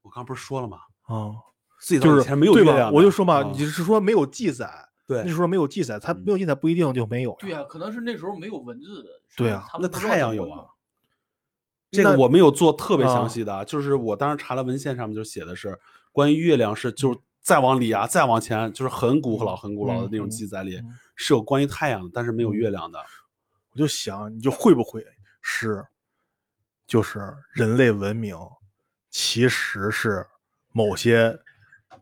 [SPEAKER 3] 我刚不是说了吗？
[SPEAKER 2] 啊、
[SPEAKER 3] 最
[SPEAKER 2] 就
[SPEAKER 3] 早以
[SPEAKER 2] 是
[SPEAKER 3] 前没有
[SPEAKER 2] 对
[SPEAKER 3] 月
[SPEAKER 2] 吧
[SPEAKER 3] 亮的，
[SPEAKER 2] 我就说
[SPEAKER 3] 啊
[SPEAKER 2] 嘛，你是说没有记载，
[SPEAKER 3] 对
[SPEAKER 2] 你，是说没有记载，它
[SPEAKER 3] 嗯
[SPEAKER 2] 没有记载不一定就没有呀。
[SPEAKER 1] 对啊，可能是那时候没有文字的。是
[SPEAKER 2] 对
[SPEAKER 1] 吧
[SPEAKER 2] 啊
[SPEAKER 1] 他们
[SPEAKER 3] 那
[SPEAKER 1] 不知道
[SPEAKER 3] 太
[SPEAKER 1] 怎
[SPEAKER 3] 阳
[SPEAKER 1] 么
[SPEAKER 3] 有
[SPEAKER 1] 弄
[SPEAKER 3] 啊
[SPEAKER 1] 的
[SPEAKER 3] 这个
[SPEAKER 2] 那
[SPEAKER 3] 我没有做特别详
[SPEAKER 2] 啊
[SPEAKER 3] 细的啊，就是我当时查了文献上面就写的是关于月亮是就是再往里啊再往前就是很古老很古老的那种
[SPEAKER 2] 嗯
[SPEAKER 3] 记载里
[SPEAKER 2] 嗯
[SPEAKER 3] 是有关于太阳的，但是没有月亮的。
[SPEAKER 2] 我就想，你就会不会是，就是人类文明其实是某些，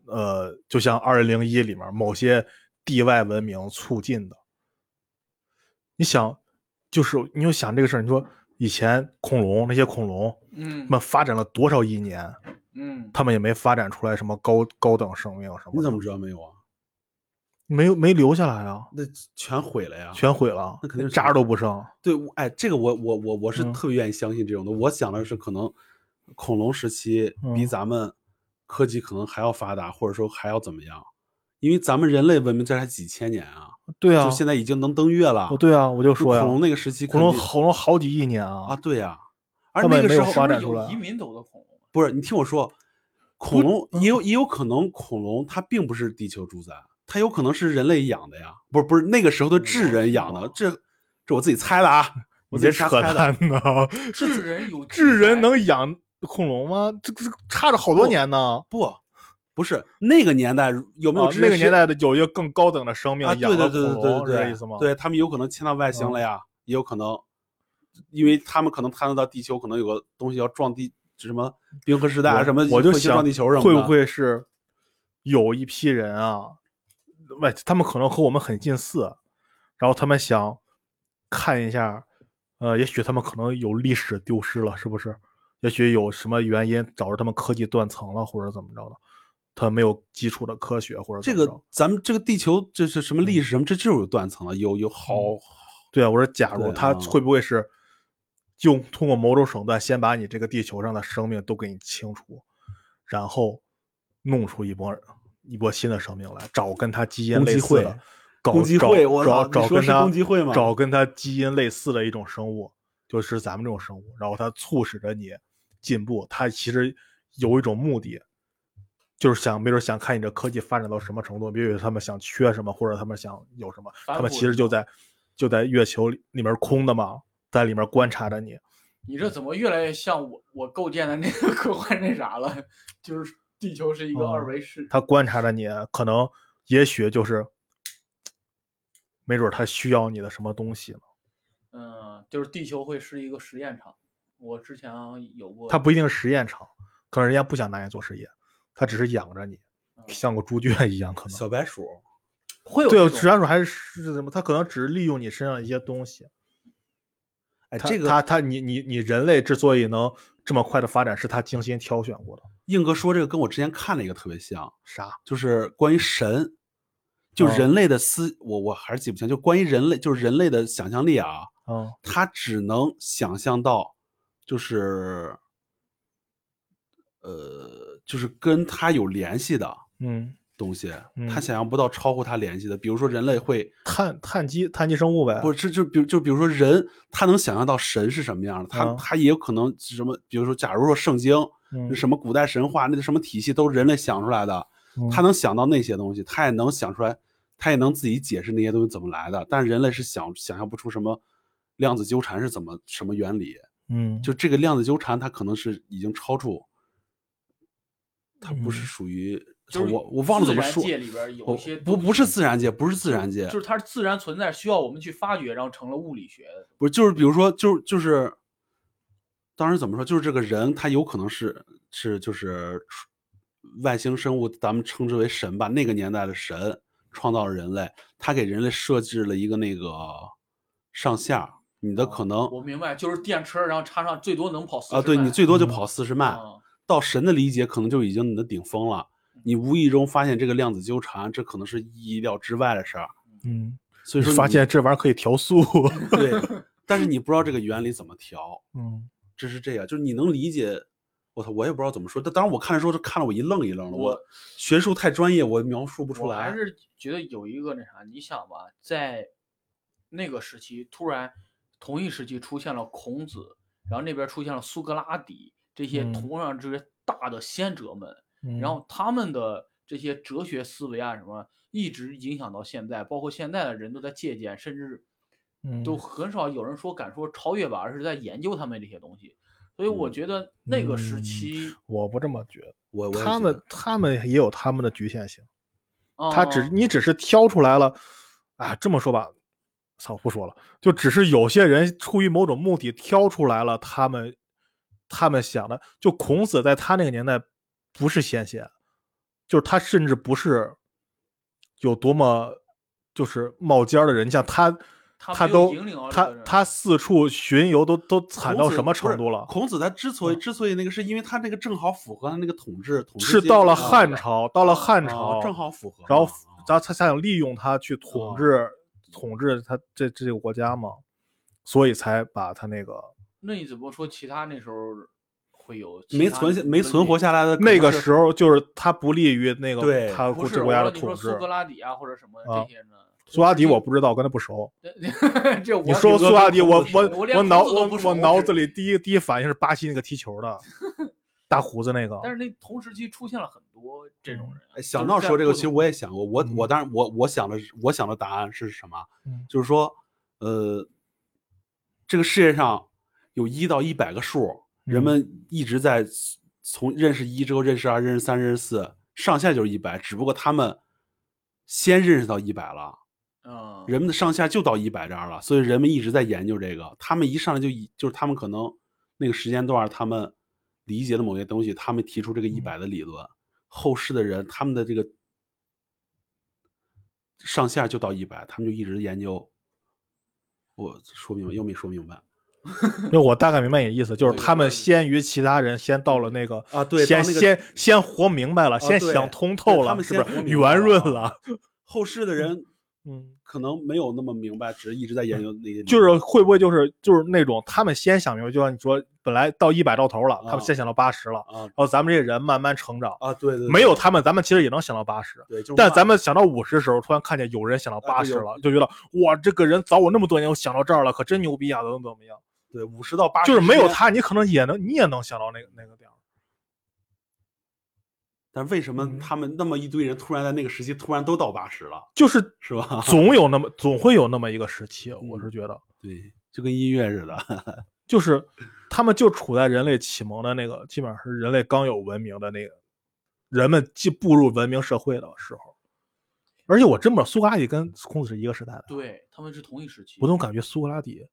[SPEAKER 2] 呃，就像《二零零一》里面某些地外文明促进的。你想，就是你就想这个事儿，你说以前恐龙那些恐龙，
[SPEAKER 1] 嗯
[SPEAKER 2] 他们发展了多少亿年，
[SPEAKER 1] 嗯，
[SPEAKER 2] 他们也没发展出来什么高高等生命什么的，
[SPEAKER 3] 你怎么知道没有啊？
[SPEAKER 2] 没有没留下来啊？
[SPEAKER 3] 那全毁了呀！
[SPEAKER 2] 全毁了，
[SPEAKER 3] 那肯定是
[SPEAKER 2] 渣都不剩。
[SPEAKER 3] 对，我哎，这个我我我我是
[SPEAKER 2] 嗯
[SPEAKER 3] 特别愿意相信这种的。我想的是，可能恐龙时期比
[SPEAKER 2] 嗯
[SPEAKER 3] 咱们科技可能还要发达，或者说还要怎么样？因为咱们人类文明这才几千年啊，
[SPEAKER 2] 对啊
[SPEAKER 3] 就，现在已经能登月了
[SPEAKER 2] 哦。对啊，我就
[SPEAKER 3] 就
[SPEAKER 2] 说呀，
[SPEAKER 3] 恐龙那个时期肯
[SPEAKER 2] 恐
[SPEAKER 3] 定，
[SPEAKER 2] 龙恐龙好几亿年啊！
[SPEAKER 3] 啊，对呀、而
[SPEAKER 2] 他们
[SPEAKER 3] 那
[SPEAKER 2] 也
[SPEAKER 3] 个
[SPEAKER 2] 没
[SPEAKER 3] 时
[SPEAKER 2] 有
[SPEAKER 3] 候
[SPEAKER 2] 发
[SPEAKER 1] 是不是
[SPEAKER 2] 展出
[SPEAKER 1] 有
[SPEAKER 2] 来
[SPEAKER 1] 移民走的恐龙啊。
[SPEAKER 3] 不是你听我说，恐龙也
[SPEAKER 2] 嗯
[SPEAKER 3] 有也有可能，恐龙它并不是地球主宰，它有可能是人类养的呀，不是不是那个时候的智人养的，这这我自己猜的啊，我
[SPEAKER 2] 嗯哦 你
[SPEAKER 3] 自己
[SPEAKER 2] 别
[SPEAKER 3] 瞎
[SPEAKER 2] 扯
[SPEAKER 3] 猜的
[SPEAKER 2] 淡。呢！
[SPEAKER 1] 智 人有
[SPEAKER 2] 智人
[SPEAKER 1] 几百
[SPEAKER 2] 能养恐龙吗？这这差着好多年呢。
[SPEAKER 3] 不，不是那个年代有没有
[SPEAKER 2] 啊
[SPEAKER 3] 知识
[SPEAKER 2] 那个
[SPEAKER 3] 是
[SPEAKER 2] 年代的有一个更高等的生命
[SPEAKER 3] 啊，
[SPEAKER 2] 养
[SPEAKER 3] 对
[SPEAKER 2] 了
[SPEAKER 3] 对对对
[SPEAKER 2] 恐
[SPEAKER 3] 对
[SPEAKER 2] 龙，是
[SPEAKER 3] 对，
[SPEAKER 2] 这意思吗？嗯
[SPEAKER 3] 对他们有可能迁到外星了呀，也有可能，因为他们可能探测到地球可能有个东西要撞地，什么冰河时代啊
[SPEAKER 2] 我
[SPEAKER 3] 什么，
[SPEAKER 2] 我就
[SPEAKER 3] 彗星
[SPEAKER 2] 想
[SPEAKER 3] 撞地球什么的，
[SPEAKER 2] 会不会是有一批人啊，外他们可能和我们很近似，然后他们想看一下，呃，也许他们可能有历史丢失了，是不是？也许有什么原因导致他们科技断层了，或者怎么着的？他没有基础的科学，或者
[SPEAKER 3] 这
[SPEAKER 2] 怎么
[SPEAKER 3] 个
[SPEAKER 2] 着嗯
[SPEAKER 3] 咱们这个地球这是什么历史什么，这就是有断层了，有有好
[SPEAKER 2] 对啊，我说假如
[SPEAKER 3] 对
[SPEAKER 2] 他
[SPEAKER 3] 啊
[SPEAKER 2] 会不会是用通过某种手段先把你这个地球上的生命都给你清除，然后弄出一波一波新的生命来，找跟他基因
[SPEAKER 3] 攻
[SPEAKER 2] 类
[SPEAKER 3] 击
[SPEAKER 2] 似
[SPEAKER 3] 会
[SPEAKER 2] 的，搞
[SPEAKER 3] 攻击
[SPEAKER 2] 找
[SPEAKER 3] 会我
[SPEAKER 2] 找
[SPEAKER 3] 操
[SPEAKER 2] 找
[SPEAKER 3] 你说
[SPEAKER 2] 跟
[SPEAKER 3] 是
[SPEAKER 2] 他
[SPEAKER 3] 攻击会吗
[SPEAKER 2] 找跟他基因类似的一种生物，就是咱们这种生物，然后他促使着你进步，他其实有一种目的。就是想，没准想看你这科技发展到什么程度，比如他们想缺什么，或者他们想有什么，
[SPEAKER 1] 反
[SPEAKER 2] 他们
[SPEAKER 1] 哺
[SPEAKER 2] 其
[SPEAKER 1] 是
[SPEAKER 2] 实就
[SPEAKER 1] 吗
[SPEAKER 2] 在就在月球里里面空的嘛，在里面观察着你。
[SPEAKER 1] 你这怎么越来越像我我构建的那个科幻那啥了？ 就是地球是一个
[SPEAKER 2] 嗯
[SPEAKER 1] 二维世，
[SPEAKER 2] 他观察着你，可能也许就是，没准他需要你的什么东西呢？
[SPEAKER 1] 嗯，就是地球会是一个实验场。我之前有过，
[SPEAKER 2] 他不一定是实验场，可能人家不想拿你做实验，他只是养着你，
[SPEAKER 3] 嗯
[SPEAKER 2] 像个猪圈一样，可能。
[SPEAKER 3] 小白鼠，
[SPEAKER 1] 会有
[SPEAKER 2] 对，
[SPEAKER 1] 这
[SPEAKER 2] 实
[SPEAKER 1] 种
[SPEAKER 2] 际上说还是是什么？他可能只是利用你身上一些东西。
[SPEAKER 3] 哎，
[SPEAKER 2] 他
[SPEAKER 3] 这个
[SPEAKER 2] 他他你你你人类之所以能这么快的发展，是他精心挑选过的。
[SPEAKER 3] 硬哥说这个跟我之前看了一个特别像，
[SPEAKER 2] 啥？
[SPEAKER 3] 就是关于神，就
[SPEAKER 2] 哦
[SPEAKER 3] 人类的思，我我还是记不清，就关于人类，就是人类的想象力啊，
[SPEAKER 2] 嗯，
[SPEAKER 3] 他只能想象到，就是，呃，就是跟他有联系的
[SPEAKER 2] 嗯，
[SPEAKER 3] 东西，
[SPEAKER 2] 嗯
[SPEAKER 3] 他想象不到超乎他联系的，比如说人类会，
[SPEAKER 2] 碳碳基碳基生物呗。
[SPEAKER 3] 不是就比如就比如说人，他能想象到神是什么样的，他、
[SPEAKER 2] 嗯
[SPEAKER 3] 他也有可能是什么，比如说假如说圣经，
[SPEAKER 2] 嗯，
[SPEAKER 3] 什么古代神话，那个什么体系都是人类想出来的，
[SPEAKER 2] 嗯
[SPEAKER 3] 他能想到那些东西，他也能想出来，他也能自己解释那些东西怎么来的，但人类是想想象不出什么量子纠缠是怎么什么原理，
[SPEAKER 2] 嗯，
[SPEAKER 3] 就这个量子纠缠，它可能是已经超出，它不是
[SPEAKER 2] 嗯
[SPEAKER 3] 属于，
[SPEAKER 1] 就是
[SPEAKER 3] 我我忘
[SPEAKER 1] 自
[SPEAKER 3] 了怎么
[SPEAKER 1] 然
[SPEAKER 3] 说，
[SPEAKER 1] 界里边有
[SPEAKER 3] 我
[SPEAKER 1] 一些
[SPEAKER 3] 不
[SPEAKER 1] 东
[SPEAKER 3] 不是
[SPEAKER 1] 西
[SPEAKER 3] 自然界，不是自然界，
[SPEAKER 1] 就是它是自然存在，需要我们去发掘，然后成了物理学。
[SPEAKER 3] 不是就是比如说就是就是，当时怎么说，就是这个人他有可能是是就是外星生物，咱们称之为神吧，那个年代的神创造了人类，他给人类设置了一个那个上下，你
[SPEAKER 1] 哦
[SPEAKER 3] 的可能
[SPEAKER 1] 嗯我明白，就是电车，然后插上最多能跑40
[SPEAKER 3] 啊，对你
[SPEAKER 1] 迈
[SPEAKER 3] 最多就
[SPEAKER 2] 嗯
[SPEAKER 3] 跑四十迈。
[SPEAKER 1] 嗯
[SPEAKER 3] 到神的理解，可能就已经你的顶峰了。你无意中发现这个量子纠缠，这可能是意料之外的事儿。
[SPEAKER 2] 嗯，
[SPEAKER 3] 所以说你
[SPEAKER 2] 发现这玩意儿可以 调速。
[SPEAKER 3] 对，但是你不知道这个原理怎么调，
[SPEAKER 2] 嗯，
[SPEAKER 3] 这是这样，就是你能理解。我操，我也不知道怎么说。但当然，我看的时候就看得我一愣一愣的。
[SPEAKER 1] 我
[SPEAKER 3] 我学术太专业，我描述不出
[SPEAKER 1] 我还
[SPEAKER 3] 来。
[SPEAKER 1] 是觉得有一个那啥，你想吧，在那个时期，突然同一时期出现了孔子，然后那边出现了苏格拉底这些
[SPEAKER 2] 嗯
[SPEAKER 1] 同样这些大的先哲们，然后他们的这些哲学思维啊什么，一直影响到现在，包括现在的人都在借鉴，甚至都
[SPEAKER 2] 嗯
[SPEAKER 1] 很少有人说敢说超越吧，而是在研究他们这些东西。所以我
[SPEAKER 3] 嗯
[SPEAKER 1] 觉得那个时
[SPEAKER 2] 嗯
[SPEAKER 1] 期，
[SPEAKER 2] 我不这么觉得，
[SPEAKER 3] 我我也
[SPEAKER 2] 他
[SPEAKER 3] 觉
[SPEAKER 2] 们
[SPEAKER 3] 得
[SPEAKER 2] 他们也有他们的局限性，
[SPEAKER 1] 啊
[SPEAKER 2] 他只你只是挑出来了，啊，这么说吧，操，不说了，就只是有些人出于某种目的挑出来了他们他们想的，就孔子在他那个年代不是先贤，就是他甚至不是有多么就是冒尖儿的人，像他。
[SPEAKER 1] 他
[SPEAKER 2] 他
[SPEAKER 1] 没有
[SPEAKER 2] 都
[SPEAKER 1] 引领啊这
[SPEAKER 2] 他
[SPEAKER 1] 个人
[SPEAKER 2] 他四处巡游都都惨
[SPEAKER 3] 孔
[SPEAKER 2] 到
[SPEAKER 3] 子
[SPEAKER 2] 什么
[SPEAKER 3] 不是
[SPEAKER 2] 程度了？嗯
[SPEAKER 3] 孔子他之所以之所以那个，是因为他那个正好符合他那个统治统治
[SPEAKER 2] 是
[SPEAKER 3] 阶级
[SPEAKER 2] 到
[SPEAKER 3] 啊
[SPEAKER 2] 了
[SPEAKER 3] 的
[SPEAKER 2] 汉朝，到了汉
[SPEAKER 3] 啊
[SPEAKER 2] 朝
[SPEAKER 3] 正好符合嘛。
[SPEAKER 2] 然后
[SPEAKER 3] 啊
[SPEAKER 2] 他他想利用他去
[SPEAKER 3] 哦
[SPEAKER 2] 统治、统治他这这个国家嘛，所以才把他那个
[SPEAKER 1] 那你怎么说其他那时候会有其
[SPEAKER 3] 没
[SPEAKER 1] 他
[SPEAKER 3] 存下
[SPEAKER 1] 的
[SPEAKER 3] 没
[SPEAKER 1] 分
[SPEAKER 3] 存
[SPEAKER 1] 裂
[SPEAKER 3] 活下来的可
[SPEAKER 2] 那
[SPEAKER 3] 能
[SPEAKER 2] 个
[SPEAKER 3] 是
[SPEAKER 2] 时候就是他不利于那个
[SPEAKER 3] 对
[SPEAKER 2] 他
[SPEAKER 1] 不
[SPEAKER 2] 国
[SPEAKER 1] 是
[SPEAKER 2] 这
[SPEAKER 1] 我
[SPEAKER 2] 国家
[SPEAKER 1] 说
[SPEAKER 2] 的
[SPEAKER 1] 你说
[SPEAKER 2] 统
[SPEAKER 1] 苏
[SPEAKER 2] 治
[SPEAKER 1] 格。拉底啊或者什么
[SPEAKER 2] 啊
[SPEAKER 1] 这些呢？
[SPEAKER 2] 苏阿迪我不知道，跟他不熟。
[SPEAKER 1] 这这我
[SPEAKER 2] 你说
[SPEAKER 1] 比如
[SPEAKER 2] 苏阿迪，
[SPEAKER 1] 孔
[SPEAKER 2] 我
[SPEAKER 1] 子
[SPEAKER 2] 我
[SPEAKER 1] 我连
[SPEAKER 2] 我
[SPEAKER 1] 孔
[SPEAKER 2] 脑
[SPEAKER 1] 子都
[SPEAKER 2] 我
[SPEAKER 1] 不熟
[SPEAKER 2] 我脑子
[SPEAKER 1] 只
[SPEAKER 2] 里第一第一反应是巴西那个踢球的，大胡子那个。
[SPEAKER 1] 但是那同时期出现了很多这种人啊
[SPEAKER 3] 哎，
[SPEAKER 1] 就
[SPEAKER 3] 想
[SPEAKER 1] 是
[SPEAKER 3] 到
[SPEAKER 1] 在
[SPEAKER 3] 说这
[SPEAKER 1] 不
[SPEAKER 3] 个，其实
[SPEAKER 1] 同
[SPEAKER 3] 我也想过，我我
[SPEAKER 2] 嗯
[SPEAKER 3] 当然我我想的是我想的答案是什么？
[SPEAKER 2] 嗯
[SPEAKER 3] 就是说，呃，这个世界上有一到一百个数，人
[SPEAKER 2] 嗯
[SPEAKER 3] 们一直在从认识一之后认识二、认识三、认识四，上下就是一百，只不过他们先认识到一百了，
[SPEAKER 2] 啊
[SPEAKER 1] 嗯，
[SPEAKER 3] 人们的上下就到一百这儿了，所以人们一直在研究这个。他们一上来就以就是他们可能那个时间段儿他们理解的某些东西，他们提出这
[SPEAKER 2] 嗯
[SPEAKER 3] 个一百的理论，后世的人他们的这个上下就到一百，他们就一直研究。我说明白又没说明白
[SPEAKER 2] 因为我大概明白你的意思，就是
[SPEAKER 1] 对
[SPEAKER 2] 他
[SPEAKER 1] 我
[SPEAKER 2] 们
[SPEAKER 1] 理解
[SPEAKER 2] 先于其他人，先到了那个
[SPEAKER 3] 啊对
[SPEAKER 2] 先
[SPEAKER 3] 到那个
[SPEAKER 2] 先先活明白了，先
[SPEAKER 3] 对
[SPEAKER 2] 想通透
[SPEAKER 3] 对他
[SPEAKER 2] 了，
[SPEAKER 3] 们
[SPEAKER 2] 是不
[SPEAKER 3] 先活
[SPEAKER 2] 是
[SPEAKER 3] 明白
[SPEAKER 2] 圆润
[SPEAKER 3] 了
[SPEAKER 2] 了？
[SPEAKER 3] 后世的人，
[SPEAKER 2] 嗯，
[SPEAKER 3] 可能没有那么明白，只是一直在研究那些理论。
[SPEAKER 2] 就是会不会就是就是那种他们先想明白，就像你说，本来到一百到头了，他
[SPEAKER 3] 啊
[SPEAKER 2] 们先想到八十了，
[SPEAKER 3] 啊
[SPEAKER 2] 然后咱们这些人慢慢成长，
[SPEAKER 3] 啊，对对，对
[SPEAKER 2] 没有他们，咱们其实也能想到八十。
[SPEAKER 3] 对，就是
[SPEAKER 2] 但
[SPEAKER 3] 慢
[SPEAKER 2] 咱们想到五十时候，突然看见有人想到
[SPEAKER 3] 啊
[SPEAKER 2] 八
[SPEAKER 3] 对
[SPEAKER 2] 十
[SPEAKER 3] 有
[SPEAKER 2] 了，就觉得哇，这个人早我那么多年，我想到这儿了，可真牛逼啊，怎么怎么样？
[SPEAKER 3] 对五十到八十，
[SPEAKER 2] 就是没有他，你可能也能你也能想到那个那个点儿。
[SPEAKER 3] 但为什
[SPEAKER 2] 嗯
[SPEAKER 3] 么他们那么一堆人突然在那个时期突然都到八十了，
[SPEAKER 2] 就是
[SPEAKER 3] 是吧？
[SPEAKER 2] 总有那么总会有那么一个时期，
[SPEAKER 3] 嗯
[SPEAKER 2] 我是觉得，
[SPEAKER 3] 对，就跟音乐似的。
[SPEAKER 2] 就是他们就处在人类启蒙的那个，基本上是人类刚有文明的那个，人们既步入文明社会的时候。而且我真不知道苏格拉底跟孔子是一个时代的，
[SPEAKER 1] 对他们是同一时期。
[SPEAKER 2] 我总感觉苏格拉底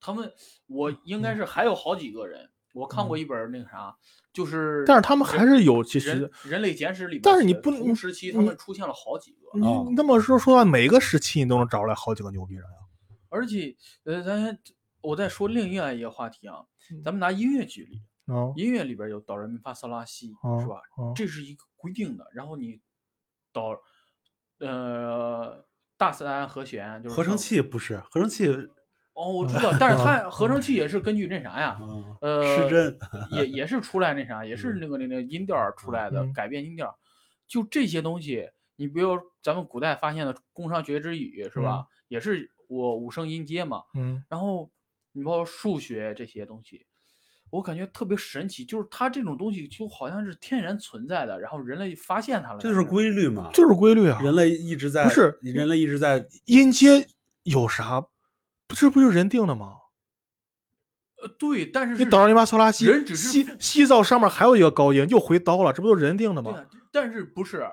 [SPEAKER 1] 他们，我
[SPEAKER 2] 嗯
[SPEAKER 1] 应该是还有好几个人，我看过一本那个啥，就是，
[SPEAKER 2] 但是他们还是有其
[SPEAKER 1] 人
[SPEAKER 2] 实
[SPEAKER 1] 《人类简史》里面写的，
[SPEAKER 2] 但是你嗯不能
[SPEAKER 1] 同时期他们出现了好几个，
[SPEAKER 2] 你
[SPEAKER 3] 啊
[SPEAKER 2] 那么说说到每一个时期，你都能找出来好几个牛逼人啊。
[SPEAKER 1] 而且，呃，咱先我再说另外一个话题啊，
[SPEAKER 2] 嗯
[SPEAKER 1] 咱们拿音乐举例，
[SPEAKER 2] 啊
[SPEAKER 1] 音乐里边有哆来咪发嗦拉西，是
[SPEAKER 2] 嗯
[SPEAKER 1] 吧？
[SPEAKER 2] 嗯
[SPEAKER 1] 这是一个规定的，然后你导，呃，大自然和弦就是
[SPEAKER 3] 合成
[SPEAKER 1] 说
[SPEAKER 3] 器不是合成器，
[SPEAKER 1] 哦，我知道，但是
[SPEAKER 2] 嗯
[SPEAKER 1] 它合成器也是根据那啥呀，
[SPEAKER 3] 嗯，
[SPEAKER 1] 呃，
[SPEAKER 3] 失真
[SPEAKER 1] 也也是出来那啥，也是
[SPEAKER 3] 嗯
[SPEAKER 1] 那个那个音调儿出来的，
[SPEAKER 2] 嗯
[SPEAKER 1] 改变音调儿。就这些东西，你比如咱们古代发现的宫商角徵羽是吧？也是我五声音阶嘛。
[SPEAKER 2] 嗯，
[SPEAKER 1] 然后你包括数学这些东西，我感觉特别神奇，就是它这种东西就好像是天然存在的，然后人类发现它了。
[SPEAKER 3] 这就是规律嘛。
[SPEAKER 2] 就是规律啊。
[SPEAKER 3] 人类一直在
[SPEAKER 2] 不是
[SPEAKER 3] 人类一直在
[SPEAKER 2] 音阶有啥？不这不就是人定的吗？
[SPEAKER 1] 呃对，但是
[SPEAKER 2] 你
[SPEAKER 1] 是
[SPEAKER 2] 哆来咪发嗦拉西，
[SPEAKER 1] 人只是
[SPEAKER 2] 西西造上面还有一个高音，又回刀了，这不都是人定的
[SPEAKER 1] 对
[SPEAKER 2] 吗？
[SPEAKER 1] 啊，但是不是？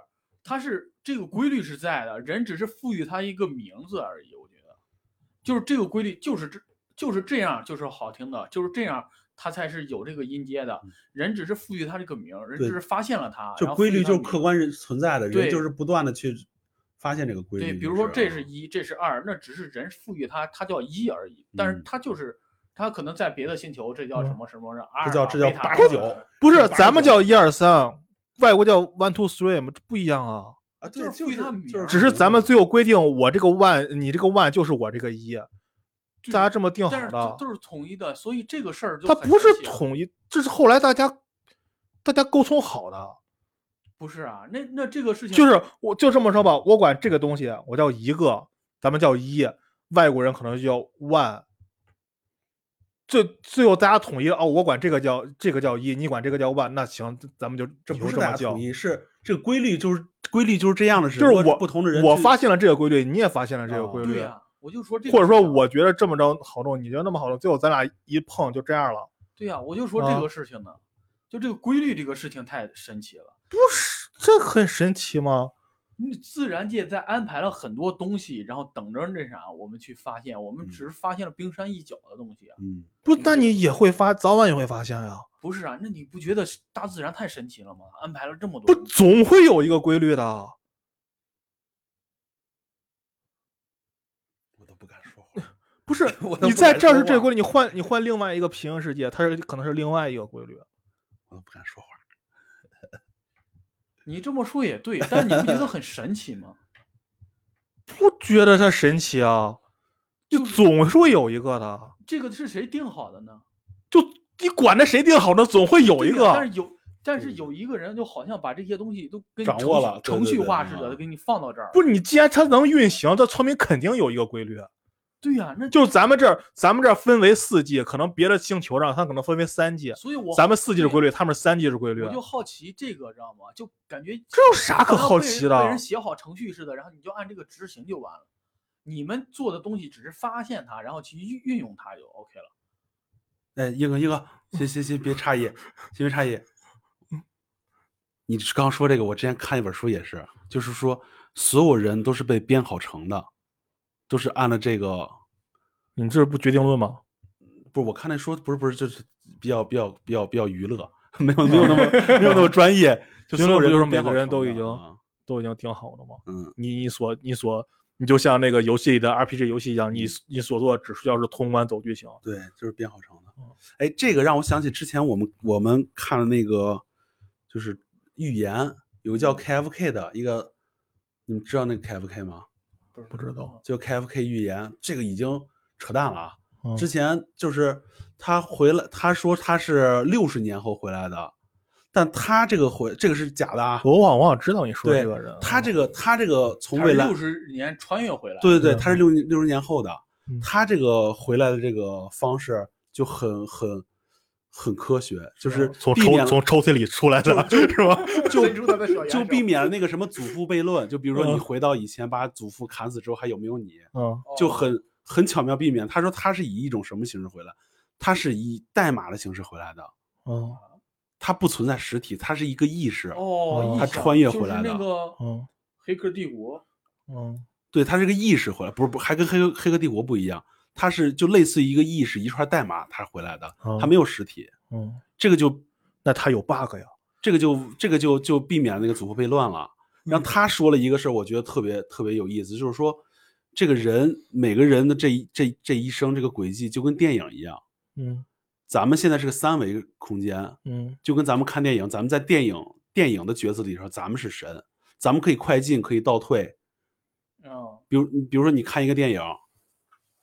[SPEAKER 1] 它是这个规律是在的，人只是赋予它一个名字而已。我觉得，就是这个规律就是这就是这样，就是好听的，就是这样，它才是有这个音阶的。人只是赋予它这个名儿，人只
[SPEAKER 3] 嗯对
[SPEAKER 1] 是发现了它，
[SPEAKER 3] 就
[SPEAKER 1] 然后
[SPEAKER 3] 规
[SPEAKER 1] 赋予
[SPEAKER 3] 律
[SPEAKER 1] 它
[SPEAKER 3] 就是
[SPEAKER 1] 名
[SPEAKER 3] 客
[SPEAKER 1] 儿。
[SPEAKER 3] 观人存在的，人
[SPEAKER 1] 对
[SPEAKER 3] 就是不断的去发现这个规律。
[SPEAKER 1] 对，比如说这是
[SPEAKER 3] 啊
[SPEAKER 1] 一，这是二，那只是人赋予它，它叫一而已。但是
[SPEAKER 3] 嗯
[SPEAKER 1] 它就是它可能在别的星球，这叫什
[SPEAKER 2] 嗯
[SPEAKER 1] 么什么二，啊
[SPEAKER 3] 这叫这叫八
[SPEAKER 1] 十
[SPEAKER 3] 十九
[SPEAKER 2] 不是，
[SPEAKER 3] 八
[SPEAKER 2] 咱们
[SPEAKER 3] 九
[SPEAKER 2] 叫一二三，啊外国叫 one two three 嘛，这不一样啊。
[SPEAKER 3] 啊，
[SPEAKER 1] 就是
[SPEAKER 3] 对，
[SPEAKER 1] 赋
[SPEAKER 3] 就
[SPEAKER 1] 予
[SPEAKER 3] 是
[SPEAKER 1] 它名
[SPEAKER 3] 就
[SPEAKER 1] 儿
[SPEAKER 2] 只是咱
[SPEAKER 3] 嗯
[SPEAKER 2] 们最后规定，我这个 one，你这个 one 就是我这个一，大家这么定好
[SPEAKER 1] 但是都
[SPEAKER 2] 的。
[SPEAKER 1] 都是统一的，所以这个事儿就
[SPEAKER 2] 它
[SPEAKER 1] 很
[SPEAKER 2] 不是
[SPEAKER 1] 神奇
[SPEAKER 2] 统一，这是后来大家大家沟通好的。
[SPEAKER 1] 不是啊，那那这个事情
[SPEAKER 2] 就是我就这么说吧，我管这个东西，我叫一个，咱们叫一，外国人可能就叫 one。最最后大家统一了哦，我管这个叫这个叫一，你管这个叫 one，那行，咱们就
[SPEAKER 3] 这
[SPEAKER 2] 以
[SPEAKER 3] 不
[SPEAKER 2] 后
[SPEAKER 3] 是
[SPEAKER 2] 这
[SPEAKER 3] 大
[SPEAKER 2] 么
[SPEAKER 3] 家
[SPEAKER 2] 叫
[SPEAKER 3] 统。一，是这个规律就是规律就是这样的，只
[SPEAKER 2] 就
[SPEAKER 3] 不过
[SPEAKER 2] 是我
[SPEAKER 3] 不同的人
[SPEAKER 2] 我
[SPEAKER 3] 去
[SPEAKER 2] 发现了这个规律，你也发现了这个
[SPEAKER 3] 啊
[SPEAKER 2] 规律，
[SPEAKER 1] 对呀、我就说这个
[SPEAKER 2] 或者
[SPEAKER 1] 事
[SPEAKER 2] 说
[SPEAKER 1] 情
[SPEAKER 2] 我觉得这么着好弄，你觉得那么好弄，最后咱俩一碰就这样了。
[SPEAKER 1] 对呀、我就说这
[SPEAKER 2] 啊
[SPEAKER 1] 个事情呢，就这个规律这个事情太神奇了。
[SPEAKER 2] 不是，这很神奇吗？
[SPEAKER 1] 嗯自然界在安排了很多东西，然后等着那啥我们去发现，我们
[SPEAKER 3] 嗯
[SPEAKER 1] 只是发现了冰山一角的东西啊。
[SPEAKER 3] 嗯，
[SPEAKER 2] 不，那你也会发，早晚也会发现呀、
[SPEAKER 1] 不是啊，那你不觉得是大自然太神奇了吗？安排了这么多
[SPEAKER 2] 不，
[SPEAKER 1] 东西，
[SPEAKER 2] 总会有一个规律的。
[SPEAKER 3] 我都不敢说话。
[SPEAKER 2] 不 是
[SPEAKER 3] 我都
[SPEAKER 2] 你
[SPEAKER 3] 不
[SPEAKER 2] 在
[SPEAKER 3] 敢
[SPEAKER 2] 这儿
[SPEAKER 3] 说
[SPEAKER 2] 是这个
[SPEAKER 3] 话
[SPEAKER 2] 规律，你换你换另外一个平行世界，它是可能是另外一个规律。
[SPEAKER 3] 我都不敢说话。
[SPEAKER 1] 你这么说也对，但是你不觉得很神奇吗？
[SPEAKER 2] 不觉得它神奇啊？就总是会有一个的，
[SPEAKER 1] 这个是谁定好的呢？
[SPEAKER 2] 就你管它谁定好呢，总会有
[SPEAKER 1] 对
[SPEAKER 2] 一
[SPEAKER 1] 呀
[SPEAKER 2] 个。
[SPEAKER 1] 但是有，但是
[SPEAKER 3] 嗯
[SPEAKER 1] 有一个人就好像把这些东西都跟
[SPEAKER 3] 掌
[SPEAKER 1] 程
[SPEAKER 3] 握
[SPEAKER 1] 序
[SPEAKER 3] 了对
[SPEAKER 1] 程
[SPEAKER 3] 对
[SPEAKER 1] 序
[SPEAKER 3] 对
[SPEAKER 1] 化似的，
[SPEAKER 3] 啊
[SPEAKER 1] 给你放到这儿。
[SPEAKER 2] 嗯不是你，既然它能运行，这说明肯定有一个规律。
[SPEAKER 1] 对呀、那
[SPEAKER 2] 就咱们这儿，咱们这儿分为四季，可能别的星球上它可能分为三季，
[SPEAKER 1] 所以我
[SPEAKER 2] 咱们四季是
[SPEAKER 1] 对
[SPEAKER 2] 规律，他们是三季是规律啊
[SPEAKER 1] 我。就好奇这个，知道吗？就感觉
[SPEAKER 2] 这有啥可
[SPEAKER 1] 好像
[SPEAKER 2] 好
[SPEAKER 1] 被人
[SPEAKER 2] 奇的
[SPEAKER 1] 被人写好程序似的，然后你就按这个执行就完了。你们做的东西只是发现它，然后去运运用它就 OK 了。
[SPEAKER 3] 哎，英哥，英哥，行行行，别诧异，先别诧异。你刚说这个，我之前看一本书也是，就是说所有人都是被编好成的，都是按了这个。
[SPEAKER 2] 你这不决定论吗？
[SPEAKER 3] 不是，我看那说不是不是，就是比较比较比较比较娱乐，没有没有那么没有那么专业。就
[SPEAKER 2] 决定
[SPEAKER 3] 所有人
[SPEAKER 2] 论不就是
[SPEAKER 3] 是
[SPEAKER 2] 每
[SPEAKER 3] 编
[SPEAKER 2] 个
[SPEAKER 3] 好
[SPEAKER 2] 人都
[SPEAKER 3] 成
[SPEAKER 2] 已
[SPEAKER 3] 的
[SPEAKER 2] 经
[SPEAKER 3] 啊
[SPEAKER 2] 都已经挺好的吗？
[SPEAKER 3] 嗯
[SPEAKER 2] 你你所你所你就像那个游戏里的 RPG 游戏一样，你你所做只需要是通关走剧情。
[SPEAKER 3] 对，就是编好成的。哎，这个让我想起之前我们我们看的那个就是预言，有个叫 KFK 的一个，你们知道那个 KFK 吗？
[SPEAKER 1] 不知道，
[SPEAKER 3] 就 KFK 预言，这个已经扯淡了啊。
[SPEAKER 2] 嗯
[SPEAKER 3] 之前就是他回来，他说他是六十年后回来的，但他这个回这个是假的啊。
[SPEAKER 2] 我往往知道你说的
[SPEAKER 3] 对
[SPEAKER 2] 这个人，，啊
[SPEAKER 3] 他这个他这个从
[SPEAKER 1] 他
[SPEAKER 3] 未来
[SPEAKER 1] 六，十年穿越回来，
[SPEAKER 3] 对对对，
[SPEAKER 2] 嗯
[SPEAKER 3] 他是六六十年后的
[SPEAKER 2] 嗯，
[SPEAKER 3] 他这个回来的这个方式就很很很科学，就是
[SPEAKER 2] 从
[SPEAKER 3] 避免
[SPEAKER 2] 抽
[SPEAKER 3] 了
[SPEAKER 2] 从抽屉里出来的 是吧？
[SPEAKER 3] 就
[SPEAKER 1] 伸出他的小
[SPEAKER 3] 就
[SPEAKER 1] 援
[SPEAKER 3] 避
[SPEAKER 1] 手
[SPEAKER 3] 免了那个什么祖父悖论，就比如说你
[SPEAKER 2] 嗯
[SPEAKER 3] 回到以前把祖父砍死之后还有没有你，
[SPEAKER 2] 嗯，
[SPEAKER 1] 哦
[SPEAKER 3] 就很很巧妙避免。他说他是以一种什么形式回来？他是以代码的形式回来的，
[SPEAKER 2] 嗯
[SPEAKER 3] 他不存在实体，他是一个意识。
[SPEAKER 1] 哦，
[SPEAKER 2] 他
[SPEAKER 1] 意象
[SPEAKER 3] 穿越
[SPEAKER 1] 就
[SPEAKER 3] 回
[SPEAKER 1] 是
[SPEAKER 3] 来
[SPEAKER 1] 那
[SPEAKER 3] 的
[SPEAKER 1] 个
[SPEAKER 2] 嗯
[SPEAKER 1] 黑客帝国，
[SPEAKER 2] 嗯
[SPEAKER 3] 对，他是个意识回来，不是不还跟黑客黑客帝国不一样，他是就类似于一个意识一串代码，他回来的，他
[SPEAKER 2] 嗯
[SPEAKER 3] 没有实体，
[SPEAKER 2] 嗯，
[SPEAKER 3] 这个就
[SPEAKER 2] 那他有 bug 呀？
[SPEAKER 3] 这个就这个就就避免那个祖父悖论了。
[SPEAKER 1] 嗯
[SPEAKER 3] 然后他说了一个事儿，我觉得特别特别有意思，就是说这个人每个人的这一这这一生这个轨迹就跟电影一样，
[SPEAKER 2] 嗯
[SPEAKER 3] 咱们现在是个三维空间，
[SPEAKER 2] 嗯
[SPEAKER 3] 就跟咱们看电影，咱们在电影电影的角色里头，咱们是神，咱们可以快进，可以倒退。
[SPEAKER 1] 嗯，
[SPEAKER 3] 比如比如说你看一个电影，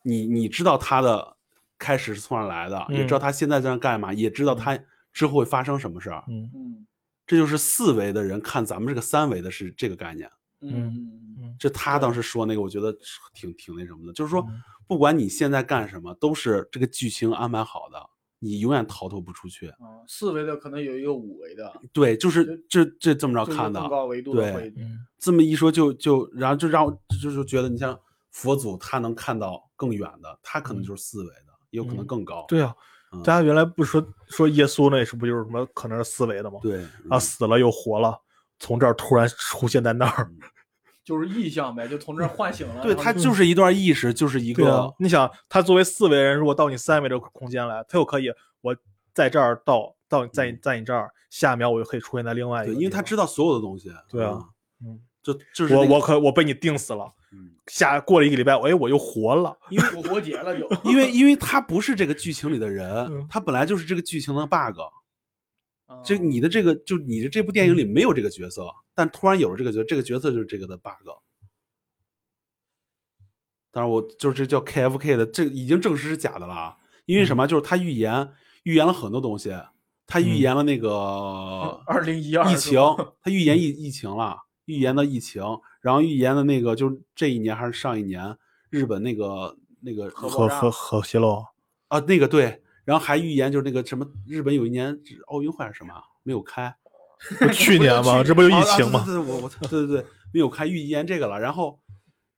[SPEAKER 3] 你你知道它的开始是从哪儿来的，也知道
[SPEAKER 2] 嗯
[SPEAKER 3] 它现在在那干嘛，也知道它之后会发生什么事儿。
[SPEAKER 2] 嗯
[SPEAKER 1] 嗯
[SPEAKER 3] 这就是四维的人看咱们这个三维的是这个概念。
[SPEAKER 1] 嗯嗯嗯，
[SPEAKER 2] 嗯
[SPEAKER 3] 这他当时说那个，我觉得是挺挺那什么的，就是说
[SPEAKER 2] 嗯，
[SPEAKER 3] 不管你现在干什么，都是这个剧情安排好的，你永远逃脱不出去。
[SPEAKER 1] 嗯，四维的可能有一个五维的，
[SPEAKER 3] 对，就是这这这么着
[SPEAKER 1] 就是
[SPEAKER 3] 看的
[SPEAKER 1] 更，高维度的
[SPEAKER 3] 对
[SPEAKER 1] 会，
[SPEAKER 2] 嗯
[SPEAKER 3] 这么一说就就然后就让我就是觉得你像佛祖，他能看到更远的，他可能就是四维的，也有可能
[SPEAKER 2] 嗯
[SPEAKER 3] 更高。
[SPEAKER 2] 对啊，
[SPEAKER 3] 嗯
[SPEAKER 2] 大家原来不是说说耶稣那是不就是什么可能是思维的吗？
[SPEAKER 3] 对嗯
[SPEAKER 2] 啊，死了又活了，从这儿突然出现在那儿。
[SPEAKER 1] 就是意象呗，就从这儿唤醒了。
[SPEAKER 3] 对
[SPEAKER 1] 然后
[SPEAKER 3] 他
[SPEAKER 1] 就
[SPEAKER 3] 就是一段意识，就是一
[SPEAKER 2] 对啊
[SPEAKER 3] 个，
[SPEAKER 2] 你想他作为四维人，如果到你三维的空间来，他又可以我在这儿到到在你在你这儿，下一秒我就可以出现在另外一
[SPEAKER 3] 对，
[SPEAKER 2] 个地方，
[SPEAKER 3] 因为他知道所有的东西。
[SPEAKER 2] 对啊
[SPEAKER 3] 嗯，
[SPEAKER 2] 嗯
[SPEAKER 3] 就就是
[SPEAKER 2] 我
[SPEAKER 3] 那个
[SPEAKER 2] 我可我被你定死了，
[SPEAKER 3] 嗯
[SPEAKER 2] 下过了一个礼拜，哎，我又活了，
[SPEAKER 1] 因为我活结 了就，
[SPEAKER 3] 因为因为他不是这个剧情里的人
[SPEAKER 2] 嗯，
[SPEAKER 3] 他本来就是这个剧情的 bug。
[SPEAKER 1] 嗯
[SPEAKER 2] 啊
[SPEAKER 3] 这你的这个就你的这部电影里没有这个角色，但突然有了这个角，这个角色就是这个的 bug。当然，我就是这叫 KFK 的，这已经证实是假的了啊。因为什
[SPEAKER 1] 嗯
[SPEAKER 3] 么？就是他预言预言了很多东西，他预
[SPEAKER 2] 嗯
[SPEAKER 3] 言了那
[SPEAKER 2] 啊
[SPEAKER 3] 个
[SPEAKER 1] 啊二零一二
[SPEAKER 3] 疫情，他预言疫疫情了，预言的疫情，然后预言的那个就是这一年还是上一年日本那个那个
[SPEAKER 1] 核
[SPEAKER 2] 核
[SPEAKER 1] 爆炸
[SPEAKER 2] 核核泄漏，
[SPEAKER 3] 啊，那个对，然后还预言就是那个什么，日本有一年是奥运会还是什么啊没有开，
[SPEAKER 2] 不去年吗？这不就疫情
[SPEAKER 3] 啊啊
[SPEAKER 2] 吗？
[SPEAKER 3] 对对对，我我对对对，没有开预言这个了。然后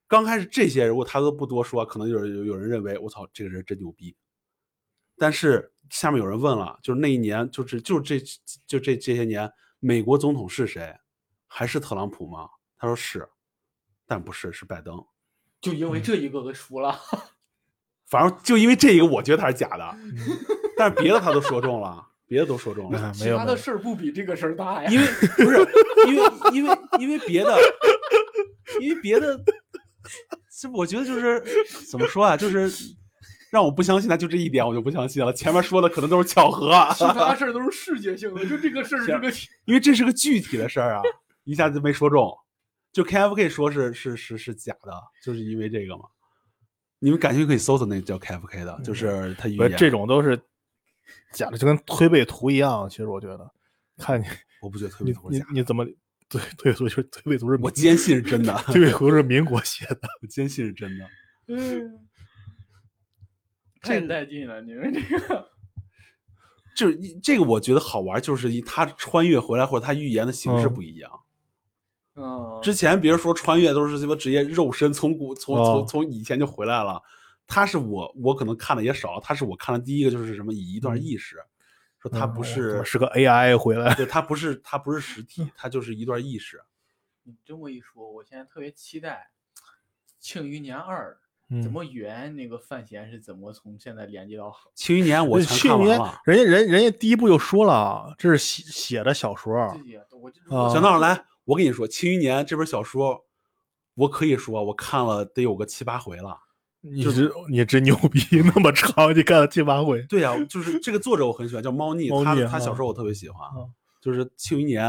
[SPEAKER 3] 刚开始这些，如果他都不多说，可能有人有有人认为我操，这个人真牛逼。但是下面有人问了，就是那一年，就是就这就这这些年，美国总统是谁？还是特朗普吗？他说是，但不是，是拜登。
[SPEAKER 1] 就因为这一个给输了。
[SPEAKER 3] 反正就因为这一个，我觉得他是假的，但是别的他都说中了，别的都说中 了。
[SPEAKER 2] 哎没
[SPEAKER 1] 其
[SPEAKER 2] 有
[SPEAKER 1] 他
[SPEAKER 2] 没
[SPEAKER 1] 的
[SPEAKER 2] 有，
[SPEAKER 1] 事儿不比这个事儿大呀。
[SPEAKER 3] 因为不是因为因为因为别的，因为别的，这我觉得就是怎么说啊，就是让我不相信他，就这一点我就不相信了。前面说的可能都是巧合啊，
[SPEAKER 1] 其他事儿都是世界性的，就这个事儿，这个
[SPEAKER 3] 因为这是个具体的事儿啊，一下就没说中。就 KFK 说是是是是假的，就是因为这个嘛。你们感兴趣可以搜搜那叫 KFK 的，就是他语
[SPEAKER 2] 嗯不是
[SPEAKER 3] 言
[SPEAKER 2] 这种都是假的，就跟推背图一样。其实我觉得，看你
[SPEAKER 3] 我不觉得特别
[SPEAKER 2] 你
[SPEAKER 3] 特别
[SPEAKER 2] 你
[SPEAKER 3] 假，
[SPEAKER 2] 你怎么对推背图就是推背图是
[SPEAKER 3] 我
[SPEAKER 2] 民
[SPEAKER 3] 坚信是 真的，
[SPEAKER 2] 推背图是民国写的，
[SPEAKER 3] 我坚信是真的。
[SPEAKER 1] 嗯，太带劲了，你们 这个
[SPEAKER 3] 就是一这个，我觉得好玩，就是一他穿越回来或者他预言的形式
[SPEAKER 2] 嗯
[SPEAKER 3] 不一样。
[SPEAKER 1] 嗯，
[SPEAKER 3] 之前别人说穿越都是什么职业肉身从古从
[SPEAKER 2] 哦
[SPEAKER 3] 从从以前就回来了，他是我我可能看的也少，他是我看的第一个就是什么以一段
[SPEAKER 2] 嗯
[SPEAKER 3] 意识说它不
[SPEAKER 2] 嗯怎
[SPEAKER 3] 是
[SPEAKER 2] 么，是个嗯 AI 回来，
[SPEAKER 3] 对，它不是，它不是实体，它就是一段意识。
[SPEAKER 1] 你这么一说，我现在特别期待《庆余年二》怎
[SPEAKER 2] 嗯，
[SPEAKER 1] 么圆那个范闲是怎么从现在连接到后
[SPEAKER 3] 庆余年我全
[SPEAKER 2] 去
[SPEAKER 3] 看完
[SPEAKER 2] 年
[SPEAKER 3] 了。
[SPEAKER 2] 人家人人家第一部就说了啊，这是写写的小说，
[SPEAKER 1] 自己也都，我就
[SPEAKER 2] 啊
[SPEAKER 3] 小闹来，我跟你说，《庆余年》这本小说，我可以说我看了得有个七八回了。
[SPEAKER 2] 你这你真牛逼， 那么长你干了七八回，
[SPEAKER 3] 对呀、啊就是这个作者我很喜欢，叫猫腻，
[SPEAKER 2] 猫
[SPEAKER 3] 他
[SPEAKER 2] 腻
[SPEAKER 3] 他小
[SPEAKER 2] 啊
[SPEAKER 3] 说我特别喜欢，
[SPEAKER 2] 啊
[SPEAKER 3] 就是《庆余年》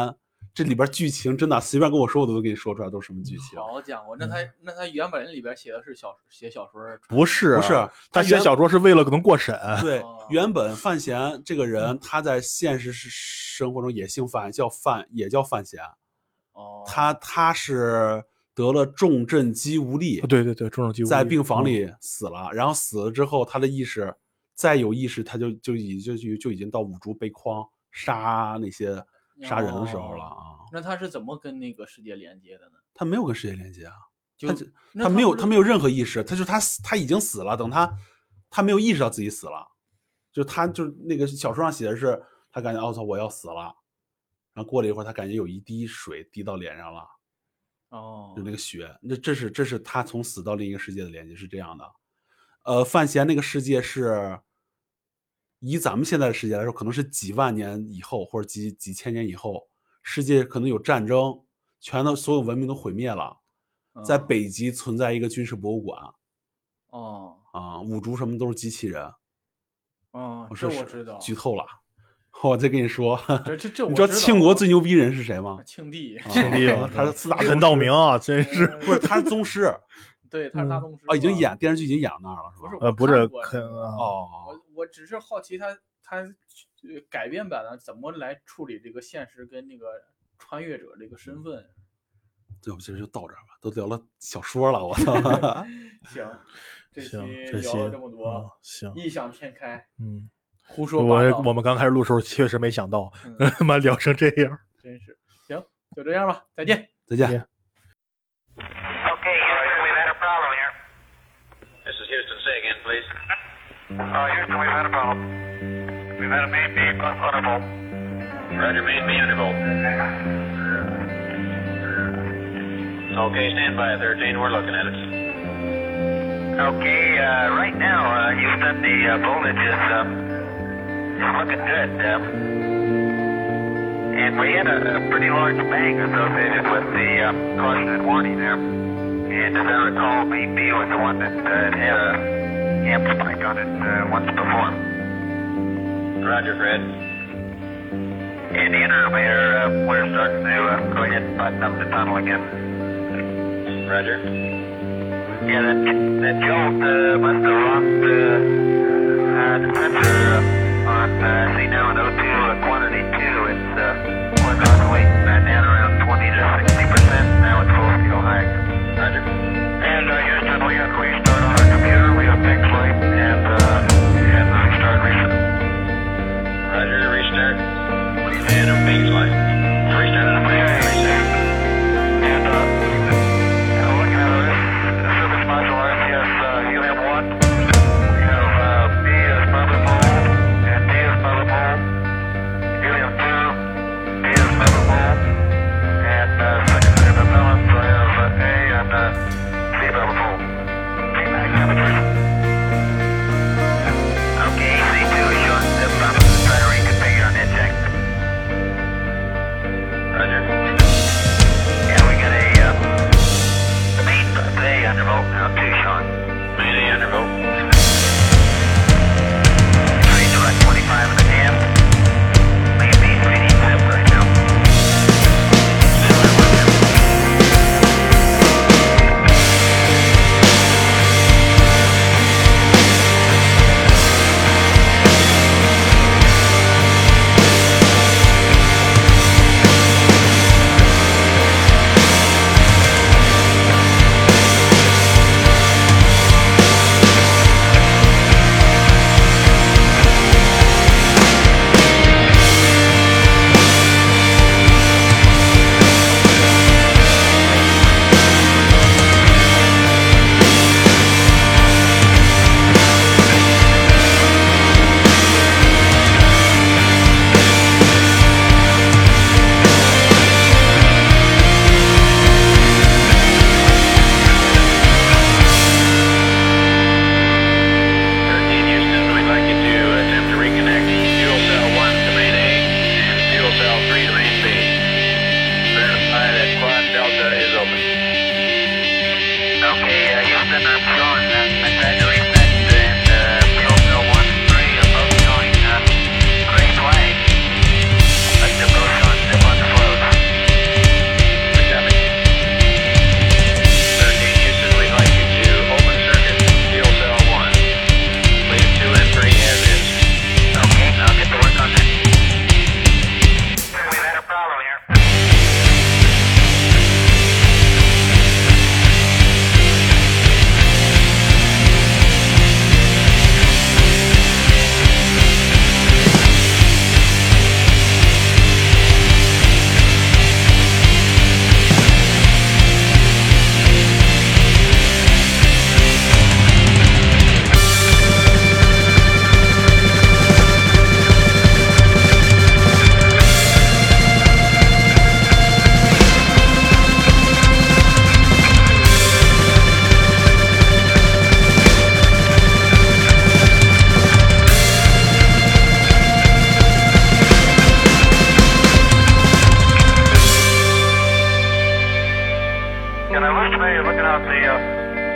[SPEAKER 3] 这里边剧情真的随便跟我说，我都给你说出来都是什么剧情。
[SPEAKER 1] 好好讲过。那他那他原本里边写的是小写小说儿，
[SPEAKER 2] 不是
[SPEAKER 3] 嗯不是，啊
[SPEAKER 2] 啊他
[SPEAKER 3] 他
[SPEAKER 2] 写
[SPEAKER 3] 原
[SPEAKER 2] 小说是为了能过审，
[SPEAKER 3] 对
[SPEAKER 1] 哦，
[SPEAKER 3] 原本范闲这个人，他在现实生活中也姓范，叫范，也叫范闲。
[SPEAKER 1] 哦，
[SPEAKER 3] 他他是得了重症肌无力，
[SPEAKER 2] 啊对对对，中种机
[SPEAKER 3] 在病
[SPEAKER 2] 啊
[SPEAKER 3] 房里死了。然后死了之后，他的意识再有意识，他就就已就就就已经到五竹背筐杀那些杀人的时候了啊。
[SPEAKER 1] 那他是怎么跟那个世界连接的呢？
[SPEAKER 3] 他没有跟世界连接啊，
[SPEAKER 1] 就
[SPEAKER 3] 他就
[SPEAKER 1] 那
[SPEAKER 3] 他没有
[SPEAKER 1] 不是
[SPEAKER 3] 他没有任何意识，他就他死他已经死了，等他他没有意识到自己死了，就他就那个小说上写的是他感觉哦操我要死了，然后过了一会儿他感觉有一滴水滴到脸上了，
[SPEAKER 1] 哦
[SPEAKER 3] 就那个血，那这是这是他从死到另一个世界的连接是这样的，呃，范闲那个世界是。以咱们现在的世界来说，可能是几万年以后，或者几几千年以后，世界可能有战争，全都所有文明都毁灭了，在
[SPEAKER 1] 嗯
[SPEAKER 3] 北极存在一个军事博物馆
[SPEAKER 1] 哦
[SPEAKER 3] 啊，五竹什么都是机器人。
[SPEAKER 1] 哦，
[SPEAKER 3] 我
[SPEAKER 1] 这
[SPEAKER 3] 说
[SPEAKER 1] 我
[SPEAKER 3] 是
[SPEAKER 1] 知道，
[SPEAKER 3] 剧透了，我再跟你说，
[SPEAKER 1] 这这这我
[SPEAKER 3] 你知道
[SPEAKER 1] 道
[SPEAKER 3] 庆国最牛逼人是谁
[SPEAKER 1] 啊
[SPEAKER 3] 吗？
[SPEAKER 1] 庆帝，
[SPEAKER 3] 啊
[SPEAKER 2] 庆帝嘛
[SPEAKER 3] 他是四大宗
[SPEAKER 2] 陈
[SPEAKER 3] 师
[SPEAKER 2] 道明，啊，真 是
[SPEAKER 1] 呃
[SPEAKER 3] 不是他是宗师啊
[SPEAKER 1] 对，他是大
[SPEAKER 2] 嗯
[SPEAKER 1] 宗师
[SPEAKER 3] 啊，已经
[SPEAKER 1] 嘛
[SPEAKER 3] 演电视剧已经演到那儿了，是
[SPEAKER 1] 不
[SPEAKER 3] 吧
[SPEAKER 1] 是？
[SPEAKER 2] 呃
[SPEAKER 1] 我
[SPEAKER 2] 不
[SPEAKER 1] 看
[SPEAKER 2] 是
[SPEAKER 1] 过
[SPEAKER 2] 肯
[SPEAKER 1] 这个
[SPEAKER 2] 啊
[SPEAKER 3] 哦，
[SPEAKER 1] 我我只是好奇他他呃改编版呢怎么来处理这个现实跟那个穿越者这个身份？
[SPEAKER 3] 对，我们今儿就到这儿吧，都聊了小说了，我 操！
[SPEAKER 1] 行，
[SPEAKER 3] 嗯
[SPEAKER 1] 这期
[SPEAKER 2] 行，这
[SPEAKER 1] 聊
[SPEAKER 2] 些
[SPEAKER 1] 了这么
[SPEAKER 2] 嗯
[SPEAKER 1] 多，
[SPEAKER 2] 行，
[SPEAKER 1] 异想天开，
[SPEAKER 2] 嗯，
[SPEAKER 1] 胡说八道
[SPEAKER 2] 我，我们刚开始录的时候确实没想到，
[SPEAKER 1] 嗯
[SPEAKER 2] 他妈聊成这样。
[SPEAKER 1] 真是行，就这样吧，再见。
[SPEAKER 3] 再见
[SPEAKER 2] 见。
[SPEAKER 4] Okay, Houston, we've had a problem here. This is Houston. Say again, please. Uh, Houston, we've had a problem. We've had a main beam on undervolt. Roger, main beam undervolt. Okay, stand by, 13. We're looking at it. Okay, uh, right now, uh, Houston, the uh, voltage is, um, is looking good. Um, and we had a, a pretty large bang associated with the um, clustered warning there. And as I recall, Main B was the one that uh, had a amp spike on it uh, once before. Roger, Fred. And the interim air, uh, we're starting to uh, go ahead and button up the tunnel again. Roger. Yeah, that, that jolt uh, must have lost uh, uh, the pressure uh, on, uh, see now in O2 uh, quantity 2. It's uh, was oscillating uh, down around 20 to 60%. Now it's full scale high. Roger. And uh, Houston, we, we start on our computer, we have fixed light, and, uh, and uh, start reset. Roger, restart. And a fixed light. Restart on the reset. And, uh, now looking at our surface module RCS, uh, helium 1. We have uh, B as mother pole, and D as mother pole. Helium 2, D as mother pole. And uh, secondary propellants, we have uh, A and uh, C mother pole. Feedback calibration. Okay, C2 is short. The problem is trying to reconfigure on inject. Roger. Yeah, we got a uh, Main bay undervolt now too, Sean. Main A undervolt. Three to like 25 and a half. Main B 387 right now.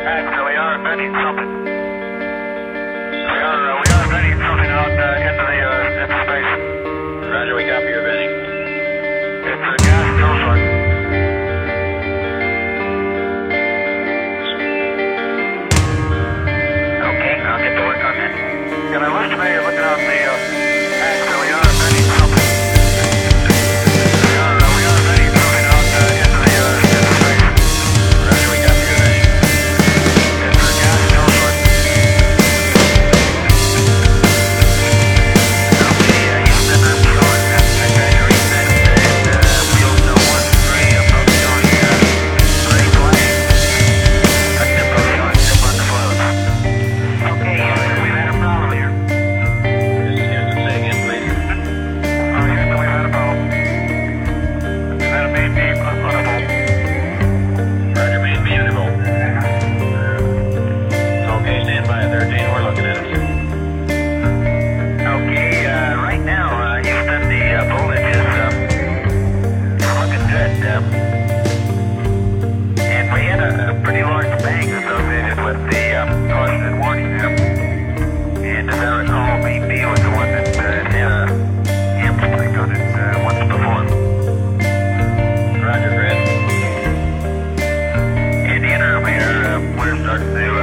[SPEAKER 4] Actually, uh, we are inventing something. We are, uh, we are inventing something out uh, into the uh, into space. Roger, we copy your inventing. It's a gas fuel slug. Okay, I'll get to work on that. Can I listen to you looking out the? Uh, actually, we are inventing something. We are, uh, we are inventing something out uh, into the uh, into space. Roger, we copy your inventing. It's a gas fuel slug. Okay, we've had a problem here. Say again, please. Oh, Houston, we've had a problem. We've had a main beam on a boat. Roger, main beam on a Okay, stand by 13, we're looking at it. Okay, uh, right now, uh, Houston, the uh, voltage is um, looking good. Um, and we had a, a pretty large bang associated with the um, constant warning amp. And as I recall, BP was the one that uh, had a amp spike on it uh, once before. Roger, Grid. And the intermeter, uh, we're starting to